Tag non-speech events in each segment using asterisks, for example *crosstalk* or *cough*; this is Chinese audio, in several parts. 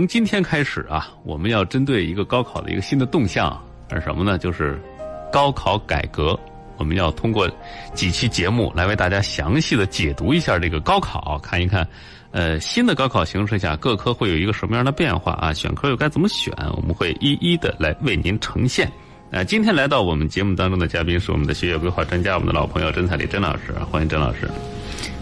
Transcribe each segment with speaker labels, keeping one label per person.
Speaker 1: 从今天开始啊，我们要针对一个高考的一个新的动向是什么呢？就是高考改革。我们要通过几期节目来为大家详细的解读一下这个高考，看一看，呃，新的高考形势下各科会有一个什么样的变化啊？选科又该怎么选？我们会一一的来为您呈现。呃，今天来到我们节目当中的嘉宾是我们的学业规划专家，我们的老朋友甄彩丽甄老师，欢迎甄老师。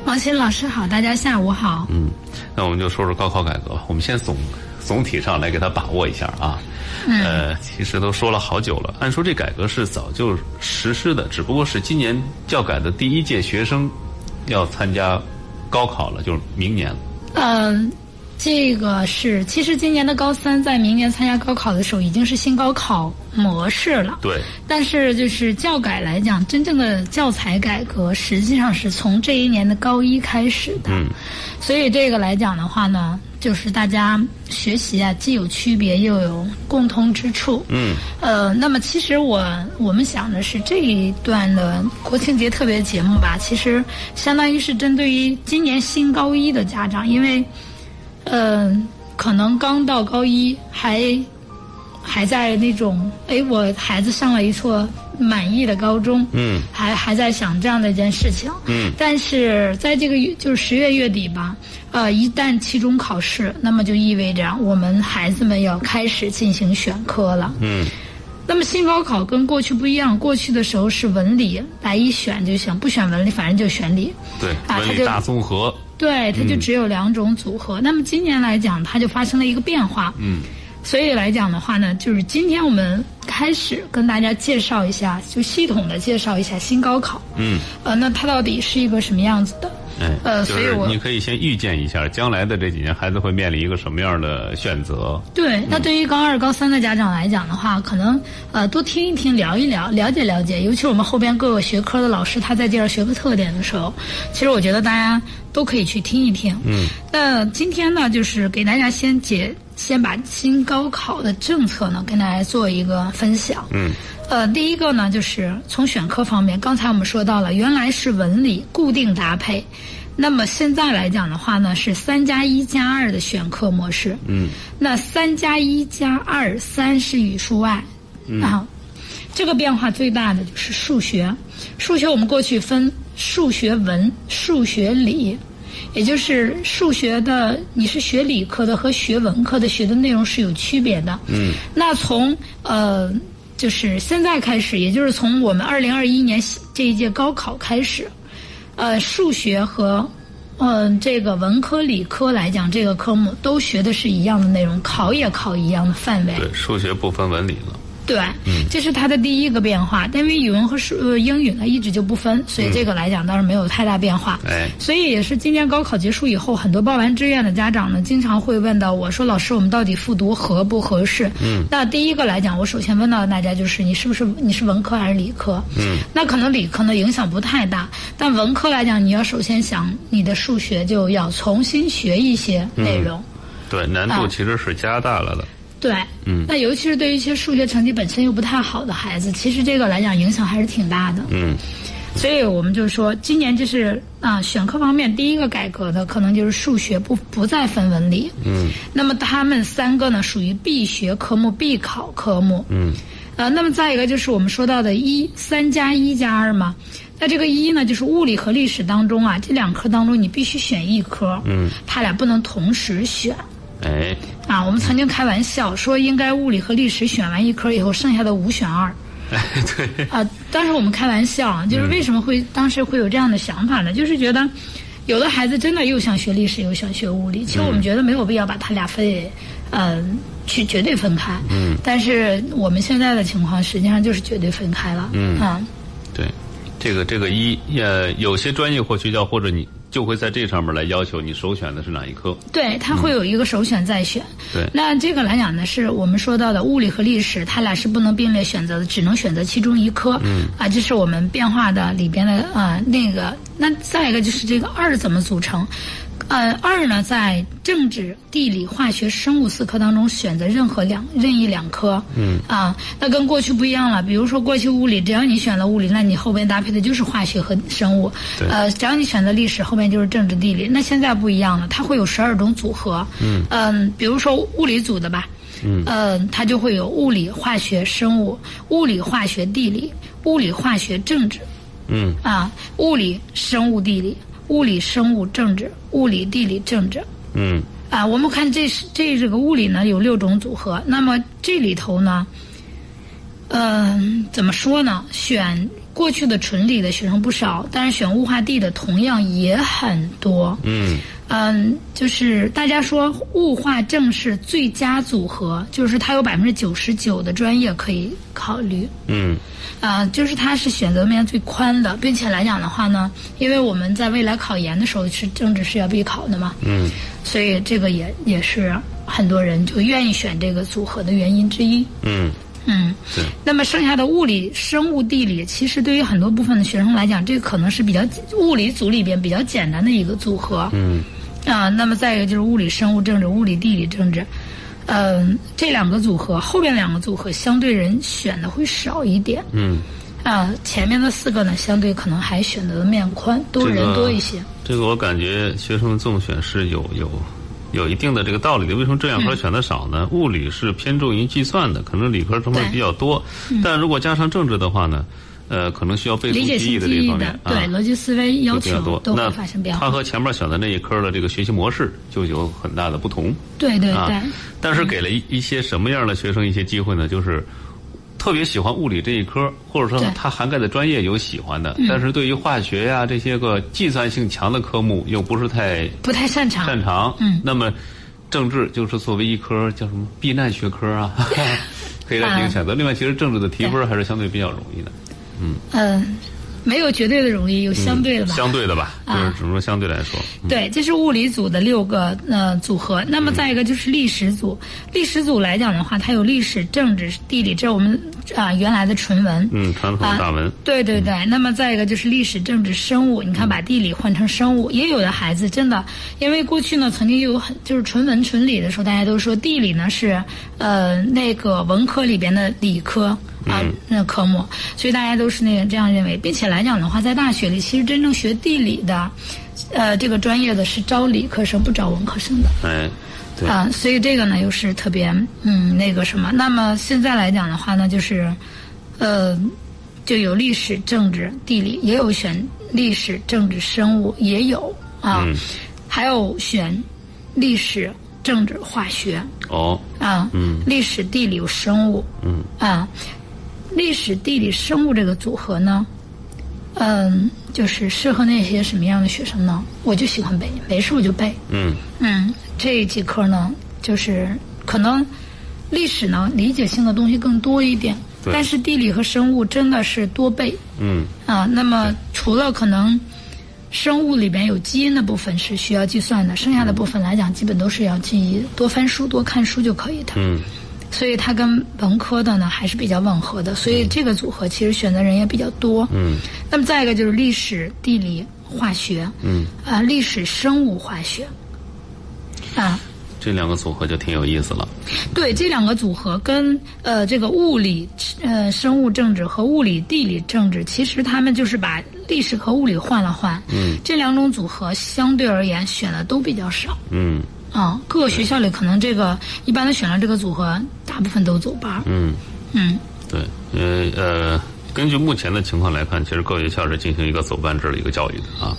Speaker 2: 王鑫老师好，大家下午好。
Speaker 1: 嗯，那我们就说说高考改革吧。我们先总总体上来给它把握一下啊。
Speaker 2: 嗯
Speaker 1: 呃，其实都说了好久了，按说这改革是早就实施的，只不过是今年教改的第一届学生要参加高考了，就是明年了。
Speaker 2: 嗯、这个是，其实今年的高三在明年参加高考的时候已经是新高考模式了。
Speaker 1: 对，
Speaker 2: 但是就是教改来讲，真正的教材改革实际上是从这一年的高一开始的。
Speaker 1: 嗯，
Speaker 2: 所以这个来讲的话呢，就是大家学习啊，既有区别又有共通之处。
Speaker 1: 嗯，
Speaker 2: 呃，那么其实我我们想的是这一段的国庆节特别节目吧，其实相当于是针对于今年新高一的家长，因为，呃，可能刚到高一还还在那种，哎，我孩子上了一所满意的高中，
Speaker 1: 嗯，
Speaker 2: 还还在想这样的一件事情，
Speaker 1: 嗯，
Speaker 2: 但是在这个月就是十月月底吧，呃，一旦期中考试，那么就意味着我们孩子们要开始进行选科了，
Speaker 1: 嗯，
Speaker 2: 那么新高考跟过去不一样，过去的时候是文理来一选就行，不选文理反正就选理，
Speaker 1: 对，
Speaker 2: 啊
Speaker 1: 文
Speaker 2: 他
Speaker 1: 理
Speaker 2: 就
Speaker 1: 大嗯综合，
Speaker 2: 对，它就只有两种组合。那么今年来讲，它就发生了一个变化。
Speaker 1: 嗯，
Speaker 2: 所以来讲的话呢，就是今天我们开始跟大家介绍一下，就系统的介绍一下新高考。
Speaker 1: 嗯，
Speaker 2: 呃，那它到底是一个什么样子的？
Speaker 1: 哎，
Speaker 2: 呃
Speaker 1: 就
Speaker 2: 所以
Speaker 1: 是
Speaker 2: 我
Speaker 1: 你可以先预见一下将来的这几年孩子会面临一个什么样的选择。
Speaker 2: 对，那对于高二、高三的家长来讲的话，可能呃多听一听、聊一聊、了解了解，尤其我们后边各个学科的老师他在介绍学科特点的时候，其实我觉得大家都可以去听一听。嗯，那今天呢，就是给大家先解，先把新高考的政策呢跟大家做一个分享。
Speaker 1: 嗯，
Speaker 2: 呃，第一个呢，就是从选科方面，刚才我们说到了，原来是文理固定搭配，那么现在来讲的话呢，是三加一加二的选课模式。
Speaker 1: 嗯，
Speaker 2: 那三加一加二，三是语数外，啊，这个变化最大的就是数学。数学我们过去分数学文、数学理，也就是数学的你是学理科的和学文科的学的内容是有区别的。嗯，那从呃。就是现在开始，也就是从我们二零二一年这一届高考开始，呃，数学和嗯、这个文科、理科来讲，这个科目都学的是一样的内容，考也考一样的范围。
Speaker 1: 对，数学不分文理了。
Speaker 2: 对，这是它的第一个变化。但因为语文和数、呃、英语呢一直就不分，所以这个来讲倒是没有太大变化。
Speaker 1: 哎，
Speaker 2: 所以也是今年高考结束以后，很多报完志愿的家长呢，经常会问到我说：“老师，我们到底复读合不合适？”嗯，那第一个来讲，我首先问到大家就是你是不是你是文科还是理科？嗯，那可能理科呢影响不太大，但文科来讲，你要首先想你的数学就要重新学一些内容。
Speaker 1: 对，难度
Speaker 2: 啊
Speaker 1: 其实是加大了的。
Speaker 2: 对，嗯，那尤其是对于一些数学成绩本身又不太好的孩子，其实这个来讲影响还是挺大的。
Speaker 1: 嗯，
Speaker 2: 所以我们就说，今年这是啊、选科方面第一个改革的，可能就是数学不不再分文理。嗯，那么他们三个呢，属于必学科目、必考科目。嗯，呃，那么再一个就是我们说到的一三加一加二嘛。那这个一呢，就是物理和历史当中啊，这两科当中你必须选一科，嗯，他俩不能同时选。
Speaker 1: 哎， *laughs*
Speaker 2: 啊，我们曾经开玩笑说，应该物理和历史选完一科以后，剩下的五选二。
Speaker 1: 哎，对，
Speaker 2: 啊，当时我们开玩笑，啊就是为什么会、当时会有这样的想法呢？就是觉得有的孩子真的又想学历史，又想学物理。其实我们觉得没有必要把他俩分，嗯、呃，去绝对分开。嗯。但是我们现在的情况实际上就是绝对分开了。嗯。啊，
Speaker 1: 对，这个这个一呃，有些专业或学校或者你就会在这上面来要求你首选的是哪一科。
Speaker 2: 对，他会有一个首选再选。
Speaker 1: 对，
Speaker 2: 那这个来讲呢，是我们说到的物理和历史，它俩是不能并列选择的，只能选择其中一科。嗯，啊，这是我们变化的里边的啊、呃那个。那再一个就是这个二怎么组成？呃，二呢，在政治、地理、化学、生物四科当中选择任何两任意两科，嗯啊，那跟过去不一样了。比如说过去物理，只要你选了物理，那你后边搭配的就是化学和生物，呃，只要你选择历史，后面就是政治、地理。那现在不一样了，它会有十二种组合，嗯比如说物理组的吧，嗯、它就会有物理、化学、生物、物理、化学、地理、物理、化学、政治，
Speaker 1: 嗯
Speaker 2: 啊，物理、生物、地理、物理、生物、政治、物理、地理、政治。
Speaker 1: 嗯
Speaker 2: 啊，我们看这是这这个物理呢有六种组合，那么这里头呢，嗯、怎么说呢？选过去的纯理的学生不少，但是选物化地的同样也很多。
Speaker 1: 嗯
Speaker 2: 嗯，就是大家说物化政是最佳组合，就是它有百分之九十九的专业可以考虑。
Speaker 1: 嗯
Speaker 2: 呃，就是它是选择面最宽的，并且来讲的话呢，因为我们在未来考研的时候是政治是要必考的嘛，
Speaker 1: 嗯，
Speaker 2: 所以这个也也是很多人就愿意选这个组合的原因之一。
Speaker 1: 嗯，
Speaker 2: 嗯，
Speaker 1: 对，
Speaker 2: 那么剩下的物理、生物、地理，其实对于很多部分的学生来讲，这个可能是比较物理组里边比较简单的一个组合。
Speaker 1: 嗯
Speaker 2: 啊，那么再一个就是物理生物政治、物理地理政治，嗯、这两个组合，后边两个组合相对人选的会少一点。
Speaker 1: 嗯，
Speaker 2: 啊，前面的四个呢，相对可能还选择的面宽，多人多一些。
Speaker 1: 这个我感觉学生纵选是有有有一定的这个道理的。为什么这
Speaker 2: 嗯
Speaker 1: 两科选的少呢？物理是偏重于计算的，可能理科成分比较多，但如果加上政治的话呢，呃，可能需要背诵
Speaker 2: 嗯理解
Speaker 1: 记忆
Speaker 2: 性
Speaker 1: 的
Speaker 2: 记
Speaker 1: 这一
Speaker 2: 忆
Speaker 1: 方
Speaker 2: 的，
Speaker 1: 面啊。
Speaker 2: 对逻辑思维要
Speaker 1: 就比较
Speaker 2: 求
Speaker 1: 多，
Speaker 2: 都
Speaker 1: 那
Speaker 2: 会发生变
Speaker 1: 它
Speaker 2: 化。
Speaker 1: 和前面选的那一科的这个学习模式就有很大的不同
Speaker 2: 对对对，
Speaker 1: 啊。但
Speaker 2: 嗯
Speaker 1: 是给了一一些什么样的学生一些机会呢？就是特别喜欢物理这一科，或者说
Speaker 2: 对嗯
Speaker 1: 它涵盖的专业有喜欢的，但是对于化学呀、这些个计算性强的科目又不是太
Speaker 2: 不太擅长。
Speaker 1: 擅长。
Speaker 2: 嗯
Speaker 1: 那么政治就是作为一科叫什么避难学科啊， *laughs* 可以让
Speaker 2: *laughs*
Speaker 1: 进行选择。另外，其实政治的提分还是相对比较容易的。
Speaker 2: 嗯、没有绝对的容易，有相对的吧。
Speaker 1: 嗯相对的吧，就
Speaker 2: 啊
Speaker 1: 是只能说相对来说，
Speaker 2: 对，这是物理组的六个呃组合。那
Speaker 1: 嗯
Speaker 2: 么再一个就是历史组，历史组来讲的话，它有历史、政治、地理，这是我们啊、原来的纯文。
Speaker 1: 嗯，传统大文，
Speaker 2: 对对对，那么再一个就是历史、政治、生物，你看把地理换成生物，也有的孩子真的，因为过去呢曾经有很就是纯文纯理的时候，大家都说地理呢是呃那个文科里边的理科啊、那科目，所以大家都是那个这样认为，并且来讲的话，在大学里其实真正学地理的，呃这个专业的是招理科生不招文科生的。
Speaker 1: 哎，对，
Speaker 2: 啊、所以这个呢又是特别嗯那个什么。那么现在来讲的话呢，就是呃，就有历史、政治、地理，也有选历史、政治、生物，也有啊，
Speaker 1: 嗯
Speaker 2: 还有选历史、政治、化学
Speaker 1: 哦，
Speaker 2: 啊，
Speaker 1: 嗯
Speaker 2: 历史、地理、生物，
Speaker 1: 嗯
Speaker 2: 啊，历史、地理、生物这个组合呢。嗯，就是适合那些什么样的学生呢？我就喜欢背，没事我就背。
Speaker 1: 嗯
Speaker 2: 嗯，这几科呢，就是可能历史呢理解性的东西更多一点，
Speaker 1: 对
Speaker 2: 但是地理和生物真的是多倍
Speaker 1: 嗯
Speaker 2: 啊。那么除了可能生物里边有基因的部分是需要计算的，剩下的部分来讲，基本都是要记忆，多翻书、多看书就可以的。
Speaker 1: 嗯
Speaker 2: 所以它跟文科的呢还是比较吻合的，所以这个组合其实选择人也比较多。
Speaker 1: 嗯
Speaker 2: 那么再一个就是历史、地理、化学，
Speaker 1: 嗯，
Speaker 2: 啊，历史、生物、化学，啊，
Speaker 1: 这两个组合就挺有意思了。
Speaker 2: 对这两个组合跟呃这个物理呃生物政治和物理地理政治，其实他们就是把历史和物理换了换。嗯，这两种组合相对而言选的都比较少
Speaker 1: 嗯
Speaker 2: 啊。各个学校里可能这个一般的选了这个组合，大部分都走班儿。
Speaker 1: 嗯，
Speaker 2: 嗯，
Speaker 1: 对，呃呃，根据目前的情况来看，其实各学校是进行一个走班制的一个教育的啊。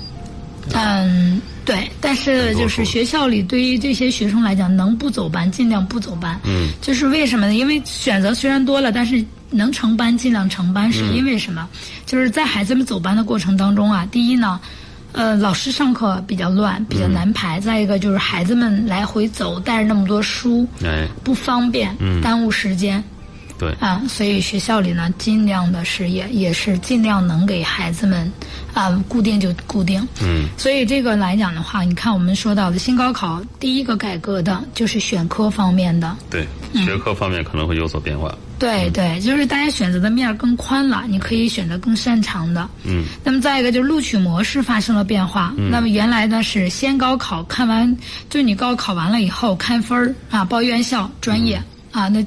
Speaker 2: 嗯，对，但是就是学校里对于这些学生来讲，能不走班尽量不走班。嗯，就是为什么呢？因为选择虽然多了，但是能成班尽量成班，是因为什么？就是在孩子们走班的过程当中啊，第一呢。呃，老师上课比较乱，比较难排。再一个就是孩子们来回走，带着那么多书，
Speaker 1: 哎，
Speaker 2: 不方便，耽误时间
Speaker 1: 对，
Speaker 2: 啊。所以学校里呢，尽量的是也也是尽量能给孩子们啊固定就固定。
Speaker 1: 嗯
Speaker 2: 所以这个来讲的话，你看我们说到的新高考第一个改革的就是选科方面的，
Speaker 1: 对，学科方面可能会有所变化。
Speaker 2: 对对，就是大家选择的面儿更宽了，你可以选择更擅长的。
Speaker 1: 嗯。
Speaker 2: 那么再一个就是录取模式发生了变化。嗯。那么原来呢是先高考，看完就你高考完了以后看分儿啊，报院校、专业、啊。那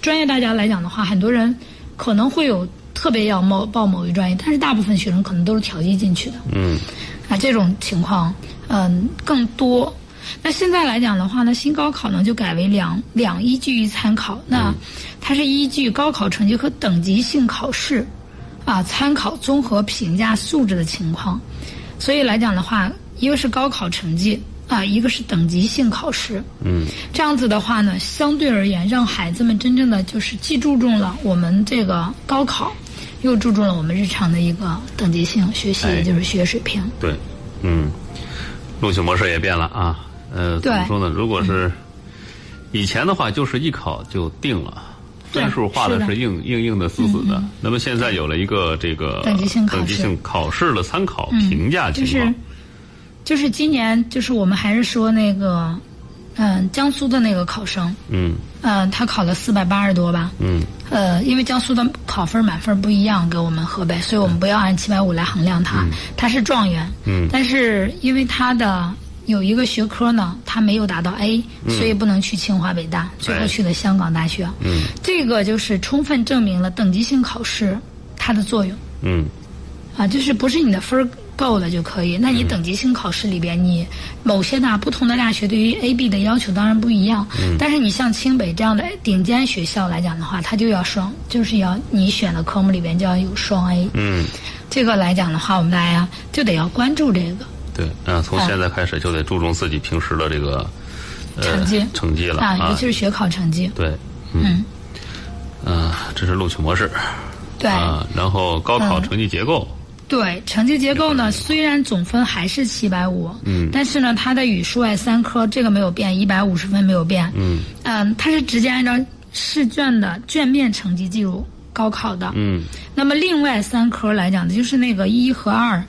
Speaker 2: 专业大家来讲的话，很多人可能会有特别要某报某一专业，但是大部分学生可能都是调剂进去的。
Speaker 1: 嗯
Speaker 2: 啊，这种情况，嗯，更多。那现在来讲的话呢，新高考呢就改为两两依据参考，那它是依据高考成绩和等级性考试啊参考综合评价素质的情况，所以来讲的话，一个是高考成绩啊，一个是等级性考试，
Speaker 1: 嗯
Speaker 2: 这样子的话呢，相对而言，让孩子们真正的就是既注重了我们这个高考，又注重了我们日常的一个等级性学习，
Speaker 1: 哎
Speaker 2: 也就是学业水平。
Speaker 1: 对，嗯，录取模式也变了啊。呃，怎么
Speaker 2: 对嗯
Speaker 1: 说呢？如果是以前的话，就是一考就定了。
Speaker 2: 对
Speaker 1: 分数画的
Speaker 2: 是的嗯
Speaker 1: 是硬硬硬的死死的，那么现在有了一个这个
Speaker 2: 等级性考试嗯
Speaker 1: 等级性考试的参考评价
Speaker 2: 就
Speaker 1: 情
Speaker 2: 是
Speaker 1: 况，
Speaker 2: 就是今年，就是我们还是说那个，嗯、江苏的那个考生，
Speaker 1: 嗯
Speaker 2: 嗯、他考了四百八十多吧，
Speaker 1: 嗯，
Speaker 2: 呃，因为江苏的考分满分不一样，跟我们河北，所以我们不要按七百五来衡量他，他是状元，
Speaker 1: 嗯
Speaker 2: 但是因为他的有一个学科呢，他没有达到 A，、所以不能去清华北大，最后去了香港大学，
Speaker 1: 哎嗯
Speaker 2: 这个就是充分证明了等级性考试它的作用。
Speaker 1: 嗯
Speaker 2: 啊，就是不是你的分儿够了就可以。那你等级性考试里边，你某些大不同的大学对于 A、B 的要求当然不一样，但是你像清北这样的顶尖学校来讲的话，它就要双，就是要你选的科目里边就要有双 A。
Speaker 1: 嗯，
Speaker 2: 这个来讲的话，我们大家就得要关注这个。
Speaker 1: 对，啊，从
Speaker 2: 嗯
Speaker 1: 现在开始就得注重自己平时的这个呃
Speaker 2: 成绩
Speaker 1: 成绩了
Speaker 2: 啊，尤
Speaker 1: 啊
Speaker 2: 其，是学考成绩，
Speaker 1: 对，嗯，啊，这是录取模式
Speaker 2: 对、
Speaker 1: 啊，然后高考
Speaker 2: 嗯
Speaker 1: 成绩结构，
Speaker 2: 对，成绩结构呢，虽然总分还是七百五，嗯，但是呢，它的语数外三科这个没有变，一百五十分没有变，
Speaker 1: 嗯
Speaker 2: 嗯，它是直接按照试卷的卷面成绩计入高考的。
Speaker 1: 嗯
Speaker 2: 那么另外三科来讲的，就是那个一和二，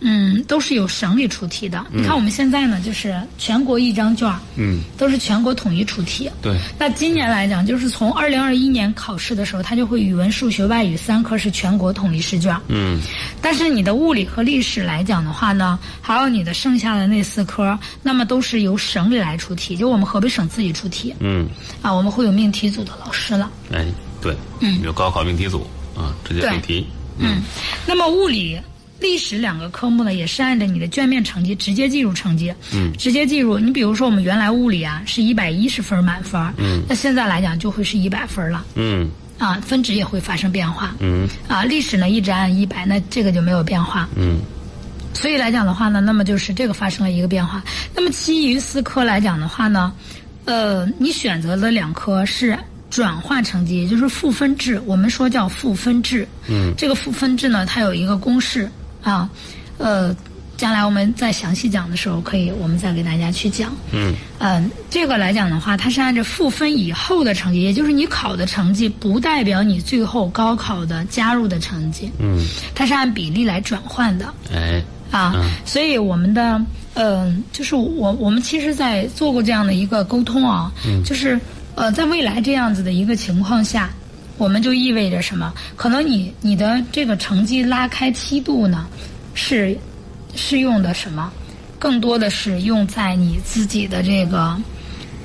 Speaker 2: 嗯，都是由省里出题的。你看我们现在呢，就是全国一张卷儿，
Speaker 1: 嗯，
Speaker 2: 都是全国统一出题。
Speaker 1: 对，
Speaker 2: 那今年来讲，就是从二零二一年考试的时候，它就会语文、数学、外语三科是全国统一试卷。
Speaker 1: 嗯
Speaker 2: 但是你的物理和历史来讲的话呢，还有你的剩下的那四科，那么都是由省里来出题，就我们河北省自己出题。
Speaker 1: 嗯，
Speaker 2: 啊，我们会有命题组的老师了。
Speaker 1: 哎，对，嗯，有高考命题组啊，直接
Speaker 2: 对
Speaker 1: 命题，
Speaker 2: 嗯，那么物理、历史两个科目呢，也是按照你的卷面成绩直接计入成绩。嗯，直接计入。你比如说，我们原来物理啊是一百一十分满分，嗯，那现在来讲就会是一百分了。
Speaker 1: 嗯
Speaker 2: 啊，分值也会发生变化。
Speaker 1: 嗯
Speaker 2: 啊，历史呢一直按一百，那这个就没有变化。
Speaker 1: 嗯
Speaker 2: 所以来讲的话呢，那么就是这个发生了一个变化。那么其余四科来讲的话呢，呃，你选择的两科是转化成绩，也就是赋分制，我们说叫赋分制。嗯，这个赋分制呢，它有一个公式啊，呃，将来我们再详细讲的时候，可以我们再给大家去讲。
Speaker 1: 嗯
Speaker 2: 嗯，这个来讲的话，它是按照赋分以后的成绩，也就是你考的成绩，不代表你最后高考的加入的成绩，
Speaker 1: 嗯，
Speaker 2: 它是按比例来转换的。
Speaker 1: 哎，
Speaker 2: 啊，
Speaker 1: 嗯
Speaker 2: 所以我们的嗯、就是我我们其实，在做过这样的一个沟通啊，就是呃，在未来这样子的一个情况下，我们就意味着什么？可能你你的这个成绩拉开梯度呢，是是用的什么？更多的是用在你自己的这个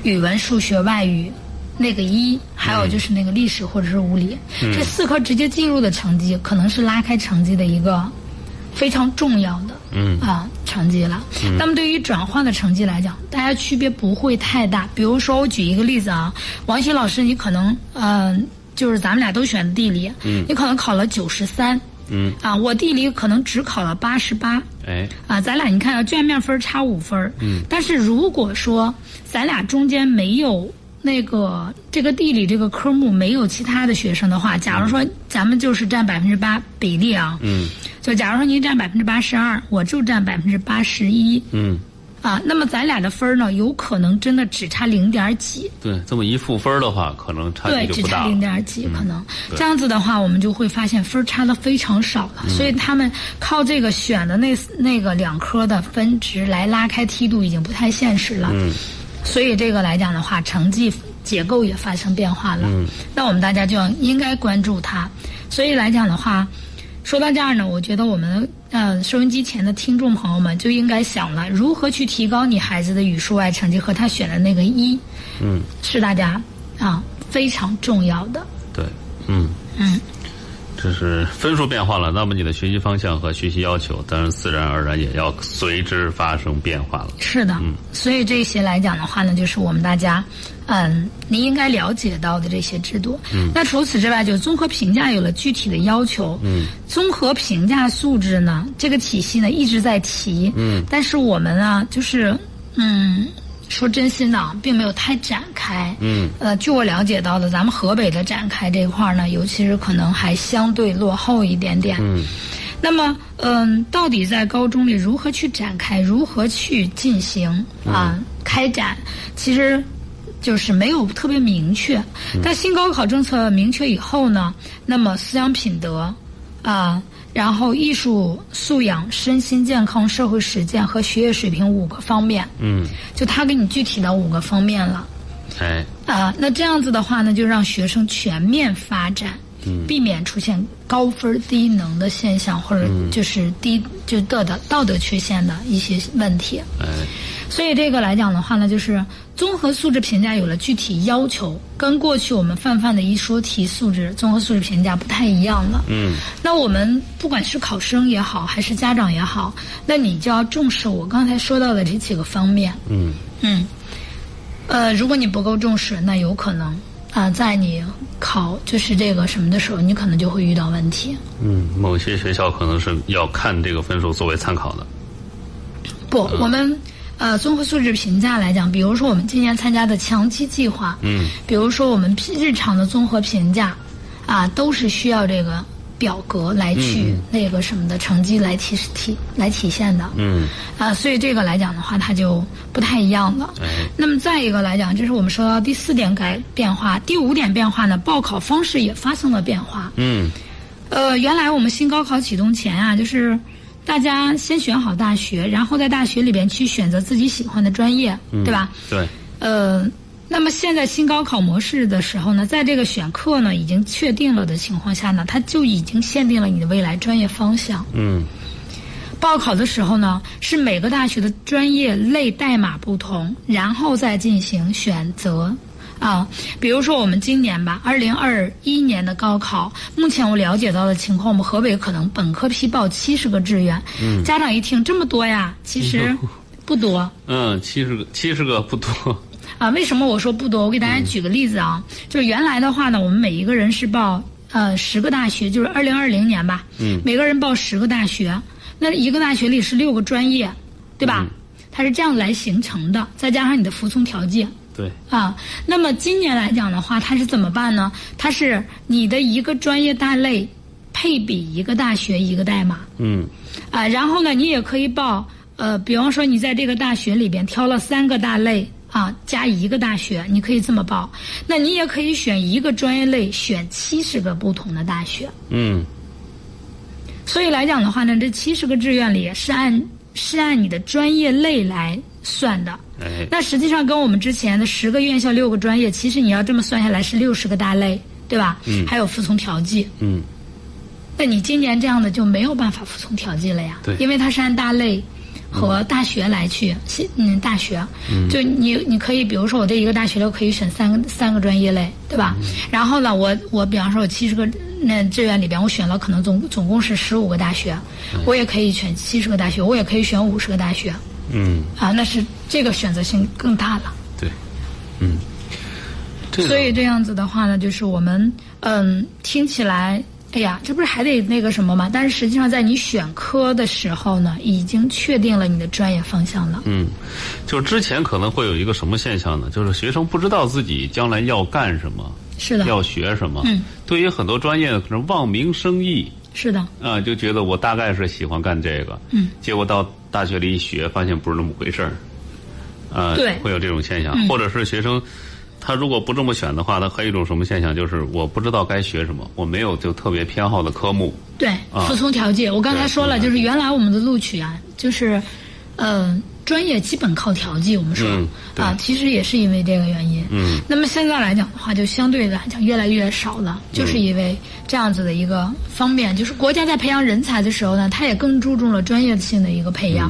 Speaker 2: 语文、数学、外语那个一，还有就是那个历史或者是物理、这四科直接计入的成绩，可能是拉开成绩的一个非常重要的
Speaker 1: 嗯
Speaker 2: 啊成绩了。那么对于转换的成绩来讲，大家区别不会太大。比如说，我举一个例子啊，王鑫老师，你可能嗯、就是咱们俩都选地理，你可能考了九十三，
Speaker 1: 嗯，
Speaker 2: 啊，我地理可能只考了八十八。
Speaker 1: 哎，
Speaker 2: 啊，咱俩你看啊，卷面分儿差五分儿，嗯，但是如果说咱俩中间没有那个这个地理这个科目没有其他的学生的话，假如说咱们就是占百分之八比例啊，
Speaker 1: 嗯
Speaker 2: 就假如说您占百分之八十二，我就占百分之八十一
Speaker 1: 嗯，
Speaker 2: 啊，那么咱俩的分儿呢，有可能真的只差零点儿几，
Speaker 1: 对，这么一赋分儿的话，可能差
Speaker 2: 对，
Speaker 1: 距
Speaker 2: 只
Speaker 1: 就不
Speaker 2: 差
Speaker 1: 大
Speaker 2: 零
Speaker 1: 了。嗯
Speaker 2: 点儿几，可能这样子的话，我们就会发现分儿差的非常少了。
Speaker 1: 嗯
Speaker 2: 所以他们靠这个选的那那个两科的分
Speaker 1: 嗯
Speaker 2: 值来拉开梯度，已经不太现实了。所以这个来讲的话，成绩结构也发生变化了。嗯，那我们大家就要应该关注它。所以来讲的话，说到这儿呢，我觉得我们呃收音机前的听众朋友们就应该想了，如何去提高你孩子的语数外成绩和他选的那个一，
Speaker 1: 嗯，
Speaker 2: 是大家啊非常重要的。
Speaker 1: 对，嗯，
Speaker 2: 嗯，
Speaker 1: 这是分数变化了，那么你的学习方向和学习要求，当然自然而然也要随之发生变化了。
Speaker 2: 是的，所以这些来讲的话呢，就是我们大家，嗯，您应该了解到的这些制度。嗯，那除此之外，就是综合评价有了具体的要求。嗯，综合评价素质呢，这个体系呢一直在提。嗯，但是我们啊，就是嗯，说真心的啊，并没有太展开。嗯，呃，据我了解到的，咱们河北的展开这块儿呢，尤其是可能还相对落后一点点。嗯。那么，嗯，到底在高中里如何去展开，如何去进行啊、开展？其实就是没有特别明确。但新高考政策明确以后呢，那么思想品德啊、然后艺术素养、身心健康、社会实践和学业水平五个方面，
Speaker 1: 嗯，
Speaker 2: 就他给你具体到五个方面了。
Speaker 1: 哎，
Speaker 2: 啊，那这样子的话呢，就让学生全面发展，避免出现高分低能的现象，或者就是低就道德道德缺陷的一些问题。
Speaker 1: 哎，
Speaker 2: 所以这个来讲的话呢，就是综合素质评价有了具体要求，跟过去我们泛泛的一说题素质、综合素质评价不太一样了。
Speaker 1: 嗯，
Speaker 2: 那我们不管是考生也好，还是家长也好，那你就要重视我刚才说到的这几个方面。
Speaker 1: 嗯
Speaker 2: 嗯，呃，如果你不够重视，那有可能啊、在你考就是这个什么的时候，你可能就会遇到问题。
Speaker 1: 嗯，某些学校可能是要看这个分数作为参考的。
Speaker 2: 不，我们呃综合素质评价来讲，比如说我们今年参加的强基计划，
Speaker 1: 嗯，
Speaker 2: 比如说我们批日常的综合评价，啊，都是需要这个表格来
Speaker 1: 嗯
Speaker 2: 去那个什么的成绩来体体来体现的，
Speaker 1: 嗯，
Speaker 2: 啊，所以这个来讲的话，它就不太一样了。
Speaker 1: 哎，
Speaker 2: 那么再一个来讲，这是我们说到第四点改变化，第五点变化呢，报考方式也发生了变化。
Speaker 1: 嗯，
Speaker 2: 呃，原来我们新高考启动前啊，就是大家先选好大学，然后在大学里边去选择自己喜欢的专业，
Speaker 1: 嗯
Speaker 2: 对吧？
Speaker 1: 对，
Speaker 2: 呃，那么现在新高考模式的时候呢，在这个选课呢已经确定了的情况下呢，它就已经限定了你的未来专业方向。
Speaker 1: 嗯
Speaker 2: 报考的时候呢，是每个大学的专业类代码不同，然后再进行选择。啊，比如说我们今年吧，二零二一年的高考，目前我了解到的情况，我们河北可能本科批报七十个志愿，家长一听这么多呀，其实不多。
Speaker 1: 嗯，七十个七十个不多。 *laughs*
Speaker 2: 啊，为什么我说不多？我给大家举个例子啊，就是原来的话呢，我们每一个人是报呃十个大学，就是二零二零年吧，嗯，每个人报十个大学，那一个大学里是六个专业，对吧？它是这样来形成的，再加上你的服从条件，
Speaker 1: 对，
Speaker 2: 啊，那么今年来讲的话，它是怎么办呢？它是你的一个专业大类配比一个大学一个代码，
Speaker 1: 嗯
Speaker 2: 啊，然后呢，你也可以报，呃，比方说你在这个大学里边挑了三个大类啊，加一个大学，你可以这么报。那你也可以选一个专业类，选七十个不同的大学。
Speaker 1: 嗯
Speaker 2: 所以来讲的话呢，这七十个志愿里是按是按你的专业类来算的。
Speaker 1: 哎
Speaker 2: 那实际上跟我们之前的十个院校六个专业，其实你要这么算下来是六十个大类，对吧？嗯。还有服从调剂。
Speaker 1: 嗯
Speaker 2: 那你今年这样的就没有办法服从调剂了呀，
Speaker 1: 对
Speaker 2: 因为它是按大类和大学来去，新嗯，大学，就你你可以，比如说我这一个大学里我可以选三个三个专业类，对吧？然后呢，我我比方说我七十个那志愿里边，我选了可能总总共是十五个大学，我也可以选七十个大学，我也可以选五十个大学，
Speaker 1: 嗯，
Speaker 2: 啊，那是这个选择性更大了。
Speaker 1: 对，嗯，这个
Speaker 2: 所以这样子的话呢，就是我们嗯听起来，哎呀，这不是还得那个什么吗？但是实际上在你选科的时候呢，已经确定了你的专业方向了。
Speaker 1: 嗯，就之前可能会有一个什么现象呢？就是学生不知道自己将来要干什么，
Speaker 2: 是的，
Speaker 1: 要学什么。
Speaker 2: 嗯，
Speaker 1: 对于很多专业可能望民生义
Speaker 2: 是的，
Speaker 1: 啊、就觉得我大概是喜欢干这个。
Speaker 2: 嗯，
Speaker 1: 结果到大学里一学，发现不是那么回事儿。呃，
Speaker 2: 对
Speaker 1: 会有这种现象，
Speaker 2: 嗯
Speaker 1: 或者是学生。他如果不这么选的话，他还有一种什么现象，就是我不知道该学什么，我没有就特别偏好的科目。
Speaker 2: 对，
Speaker 1: 啊
Speaker 2: 服从调剂。我刚才
Speaker 1: 对
Speaker 2: 说了，
Speaker 1: 服从
Speaker 2: 就
Speaker 1: 调剂
Speaker 2: 是原来我们的录取啊，就是嗯、专业基本靠调剂，我们说、
Speaker 1: 嗯对
Speaker 2: 啊，其实也是因为这个原因。
Speaker 1: 嗯，
Speaker 2: 那么现在来讲的话，就相对来讲越来越少了，就是因为这样子的一个方面，就是国家在培养人才的时候呢，他也更注重了专业性的一个培养，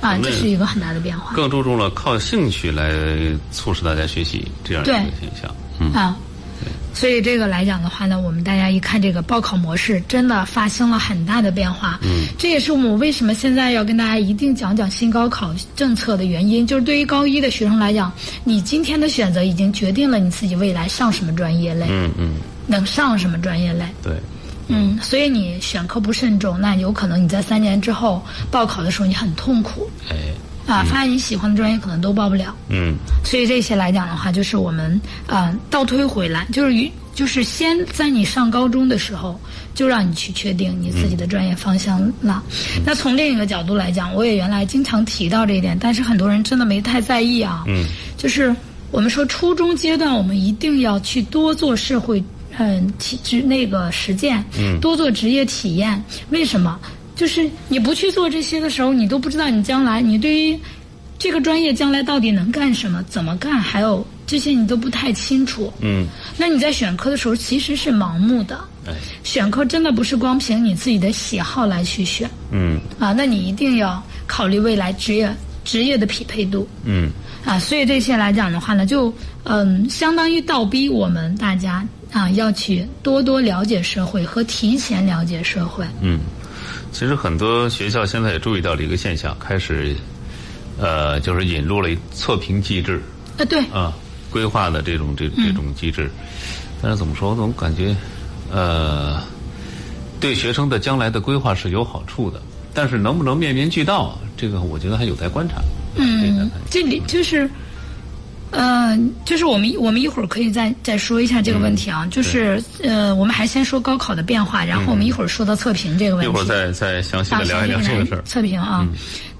Speaker 2: 啊，这是一个很大的变化。
Speaker 1: 更注重了靠兴趣来促使大家学习这样一个
Speaker 2: 对
Speaker 1: 现象。嗯，
Speaker 2: 啊。所以这个来讲的话呢，我们大家一看这个报考模式，真的发生了很大的变化。嗯，这也是我们为什么现在要跟大家一定讲讲新高考政策的原因，就是对于高一的学生来讲，你今天的选择已经决定了你自己未来上什么专业类，
Speaker 1: 嗯嗯，
Speaker 2: 能上什么专业类。
Speaker 1: 对，
Speaker 2: 嗯，所以你选科不慎重，那有可能你在三年之后报考的时候你很痛苦
Speaker 1: 哎，
Speaker 2: 啊，发现你喜欢的专业可能都报不了。
Speaker 1: 嗯
Speaker 2: 所以这些来讲的话，就是我们呃倒推回来，就是与就是先在你上高中的时候，就让你去确定你自己的专业方向了。那从另一个角度来讲，我也原来经常提到这一点，但是很多人真的没太在意啊。
Speaker 1: 嗯，
Speaker 2: 就是我们说初中阶段，我们一定要去多做社会嗯体制那个实践，嗯，多做职业体验。为什么？就是你不去做这些的时候，你都不知道你将来你对于这个专业将来到底能干什么、怎么干，还有这些你都不太清楚。
Speaker 1: 嗯，
Speaker 2: 那你在选科的时候其实是盲目的，
Speaker 1: 哎，
Speaker 2: 选科真的不是光凭你自己的喜好来去选
Speaker 1: 嗯
Speaker 2: 啊，那你一定要考虑未来职业职业的匹配度。
Speaker 1: 嗯，
Speaker 2: 啊，所以这些来讲的话呢，就嗯，相当于倒逼我们大家啊，要去多多了解社会和提前了解社会。
Speaker 1: 嗯，其实很多学校现在也注意到了一个现象，开始，呃，就是引入了测评机制
Speaker 2: 啊，对，
Speaker 1: 啊，嗯规划的这种这这种机制。但是怎么说，我总感觉，呃，对学生的将来的规划是有好处的，但是能不能面面俱到，啊这个我觉得还有待观察。这个
Speaker 2: 嗯
Speaker 1: 还，
Speaker 2: 这里就是，呃，就是我们我们一会儿可以再再说一下这个问题啊，
Speaker 1: 嗯
Speaker 2: 就是呃，我们还先说高考的变化，然后我们一会儿说到测评这个问
Speaker 1: 一
Speaker 2: 题。
Speaker 1: 会儿再再详细
Speaker 2: 啊，
Speaker 1: 的聊一聊这个事儿。嗯
Speaker 2: 测评啊。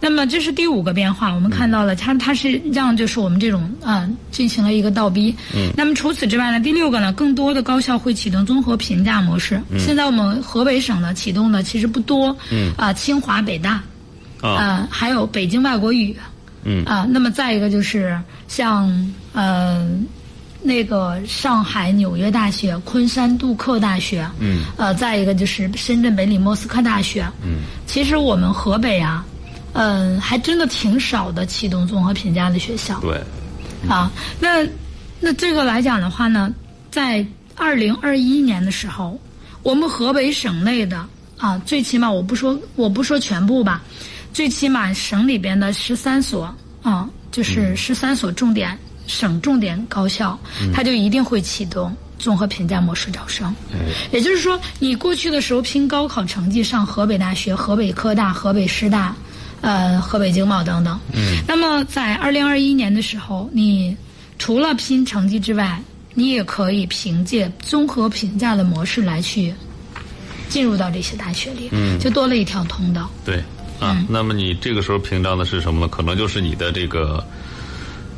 Speaker 2: 那么这是第五个变化，我们看到了，它它是让就是我们这种啊、进行了一个倒逼。嗯。那么除此之外呢，第六个呢，更多的高校会启动综合评价模式。
Speaker 1: 嗯
Speaker 2: 现在我们河北省呢启动的其实不多。嗯。啊、清华、北大，
Speaker 1: 啊，
Speaker 2: 啊，还有北京外国语。
Speaker 1: 嗯
Speaker 2: 啊、那么再一个就是像呃，那个上海纽约大学、昆山杜克大学。
Speaker 1: 嗯。
Speaker 2: 呃，再一个就是深圳北理莫斯科大学。嗯。其实我们河北啊，嗯、还真的挺少的启动综合评价的学校。
Speaker 1: 对，
Speaker 2: 啊，那那这个来讲的话呢，在二零二一年的时候，我们河北省内的啊，最起码我不说我不说全部吧，最起码省里边的十三所啊，就是十三所重点省重点高校，它就一定会启动综合评价模式招生。
Speaker 1: 哎
Speaker 2: 也就是说，你过去的时候拼高考成绩上河北大学、河北科大、河北师大，呃，河北经贸等等。嗯。那么在二零二一年的时候，你除了拼成绩之外，你也可以凭借综合评价的模式来去进入到这些大学里，嗯，就多了一条通道。
Speaker 1: 对啊，
Speaker 2: 嗯
Speaker 1: 那么你这个时候评量的是什么呢？可能就是你的这个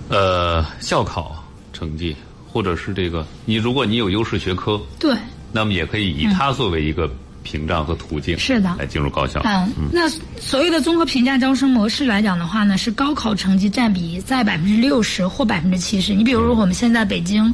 Speaker 1: 呃校考成绩，或者是这个你如果你有优势学科，
Speaker 2: 对，
Speaker 1: 那么也可以以它作为一个屏障和途径，
Speaker 2: 是的
Speaker 1: 来进入高校。
Speaker 2: 嗯，那所谓的综合评价招生模式来讲的话呢，是高考成绩占比在百分之六十或百分之七十。你比如说我们现在北京，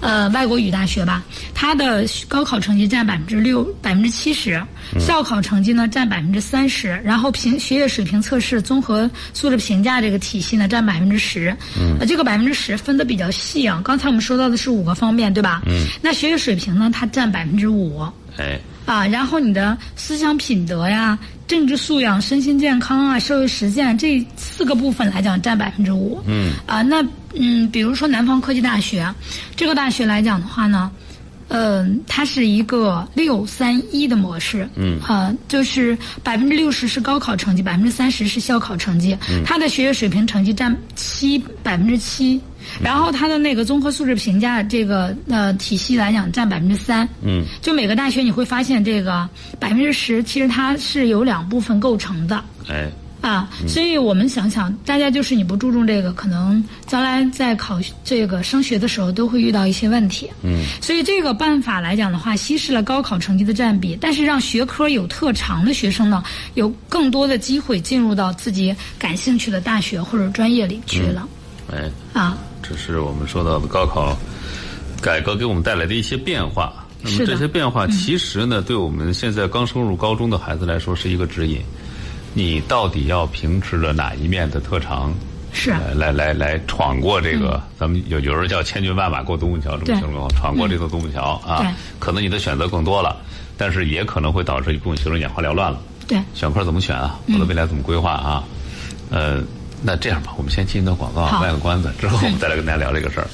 Speaker 2: 呃，外国语大学吧，它的高考成绩占百分之六、百分之七十，校考成绩呢占百分之三十，然后评学业水平测试、综合素质评价这个体系呢占百分之十。嗯，这个百分之十分的比较细啊。刚才我们说到的是五个方面，对吧？嗯，那学业水平呢，它占百分之五。
Speaker 1: 哎，
Speaker 2: 啊，然后你的思想品德呀、政治素养、身心健康啊、社会实践这四个部分来讲占百分之五。嗯。啊，那嗯，比如说南方科技大学，这个大学来讲的话呢，嗯、它是一个六三一的模式。嗯。啊，就是百分之六十是高考成绩，百分之三十是校考成绩。嗯。它的学业水平成绩占七百分之七，然后它的那个综合素质评价这个呃体系来讲占百分之三。
Speaker 1: 嗯，
Speaker 2: 就每个大学你会发现，这个百分之十其实它是由两部分构成的
Speaker 1: 哎，
Speaker 2: 啊，所以我们想想，大家就是你不注重这个，可能将来在考这个升学的时候都会遇到一些问题。嗯，所以这个办法来讲的话，稀释了高考成绩的占比，但是让学科有特长的学生呢，有更多的机会进入到自己感兴趣的大学或者专业里去了。
Speaker 1: 哎，
Speaker 2: 啊，
Speaker 1: 这是我们说到的高考改革给我们带来的一些变化。那么
Speaker 2: 是的
Speaker 1: 这些变化其实呢，对我们现在刚升入高中的孩子来说是一个指引。你到底要凭持着哪一面的特长，
Speaker 2: 是啊
Speaker 1: 来来来来闯过这个？咱们有有人叫千军万马过独木桥，这么
Speaker 2: 嗯对嗯
Speaker 1: 形容，闯过这座独木桥
Speaker 2: 对
Speaker 1: 啊。可能你的选择更多了，但是也可能会导致一部分学生眼花缭乱了。
Speaker 2: 对，
Speaker 1: 选科怎么选啊？我
Speaker 2: 嗯
Speaker 1: 的未来怎么规划啊？呃，那这样吧，我们先进一段广告，
Speaker 2: 好嗯
Speaker 1: 卖个关子，之后我们再来跟大家聊这个事儿。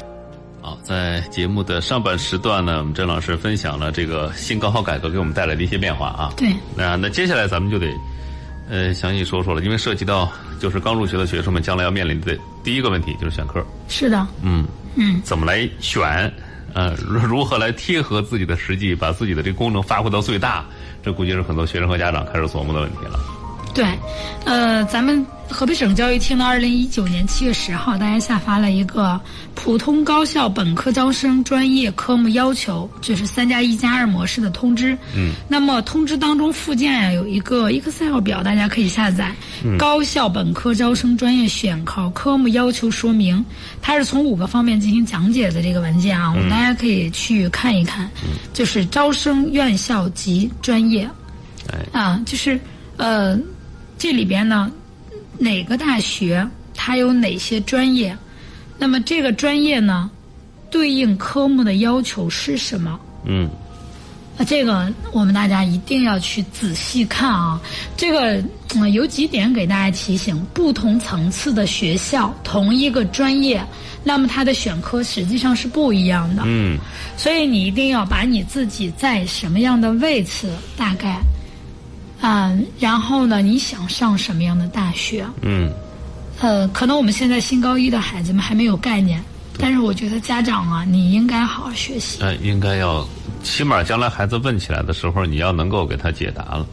Speaker 1: 好，在节目的上半时段呢，我们郑老师分享了这个新高考改革给我们带来的一些变化啊。
Speaker 2: 对
Speaker 1: 那那接下来咱们就得，呃，详细说说了，因为涉及到就是刚入学的学生们将来要面临的第一个问题就是选科，
Speaker 2: 是的，
Speaker 1: 嗯，
Speaker 2: 嗯，
Speaker 1: 怎么来选，呃，如 *laughs* 如何来贴合自己的实际，把自己的这功能发挥到最大，这估计是很多学生和家长开始琢磨的问题了。
Speaker 2: 对，呃，咱们河北省教育厅呢，二零一九年七月十号，大家下发了一个普通高校本科招生专业科目要求，就是三加一加二模式的通知。嗯，那么通知当中附件啊呀有一个 Excel 表，大家可以下载、高校本科招生专业选考科目要求说明，它是从五个方面进行讲解的这个文件啊，我们大家可以去看一看，就是招生院校及专业。啊，就是呃，这里边呢，哪个大学它有哪些专业？那么这个专业呢，对应科目的要求是什么？
Speaker 1: 嗯，
Speaker 2: 啊，这个我们大家一定要去仔细看啊。这个、嗯、有几点给大家提醒：不同层次的学校，同一个专业，那么它的选科实际上是不一样的。
Speaker 1: 嗯，
Speaker 2: 所以你一定要把你自己在什么样的位次，大概，嗯，然后呢，你想上什么样的大学？
Speaker 1: 嗯，
Speaker 2: 呃，可能我们现在新高一的孩子们还没有概念，但是我觉得家长啊，你应该好好学习。
Speaker 1: 呃，应该要，起码将来孩子问起来的时候，你要能够给他解答了，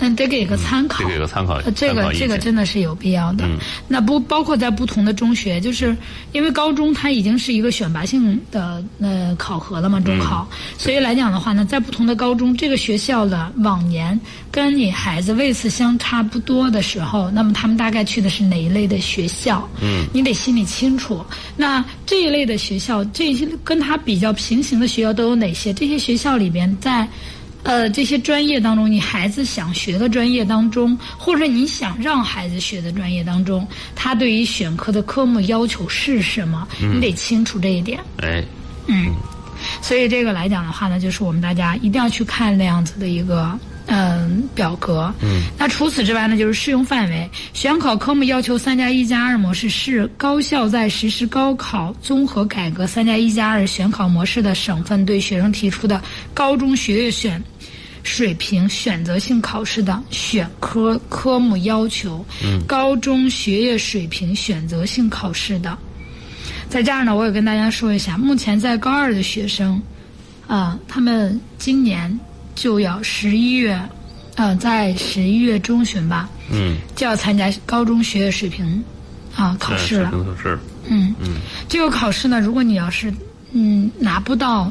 Speaker 2: 嗯，得给个参考，
Speaker 1: 这个有个参考，
Speaker 2: 呃，这
Speaker 1: 参
Speaker 2: 个
Speaker 1: 考意
Speaker 2: 这
Speaker 1: 见。嗯
Speaker 2: 个真的是有必要的。那不包括在不同的中学，就是因为高中它已经是一个选拔性的呃考核了
Speaker 1: 嗯
Speaker 2: 嘛，中考，所以来讲的话呢，在不同的高中，这个学校的往年跟你孩子位次相差不多的时候，那么他们大概去的是哪一类的学校？嗯，你得心里清楚。那这一类的学校，这些跟它比较平行的学校都有哪些？这些学校里边在。呃，这些专业当中，你孩子想学的专业当中，或者你想让孩子学的专业当中，他对于选科的科目要求是什么，你得清楚这一点。
Speaker 1: 哎，
Speaker 2: 嗯，所以这个来讲的话呢，就是我们大家一定要去看那样子的一个。嗯，表格。嗯，那除此之外呢，就是适用范围。选考科目要求三加一加二模式是高校在实施高考综合改革三加一加二选考模式的省份对学生提出的高中学业选水平选择性考试的选科科目要求，高中学业水平选择性考试的在这儿呢，我也跟大家说一下，目前在高二的学生，啊、他们今年就要十一月，呃，在十一月中旬吧，
Speaker 1: 嗯，
Speaker 2: 就要参加高中学业水平啊、考试了。
Speaker 1: 嗯是是，
Speaker 2: 嗯，这个考试呢，如果你要是嗯拿不到，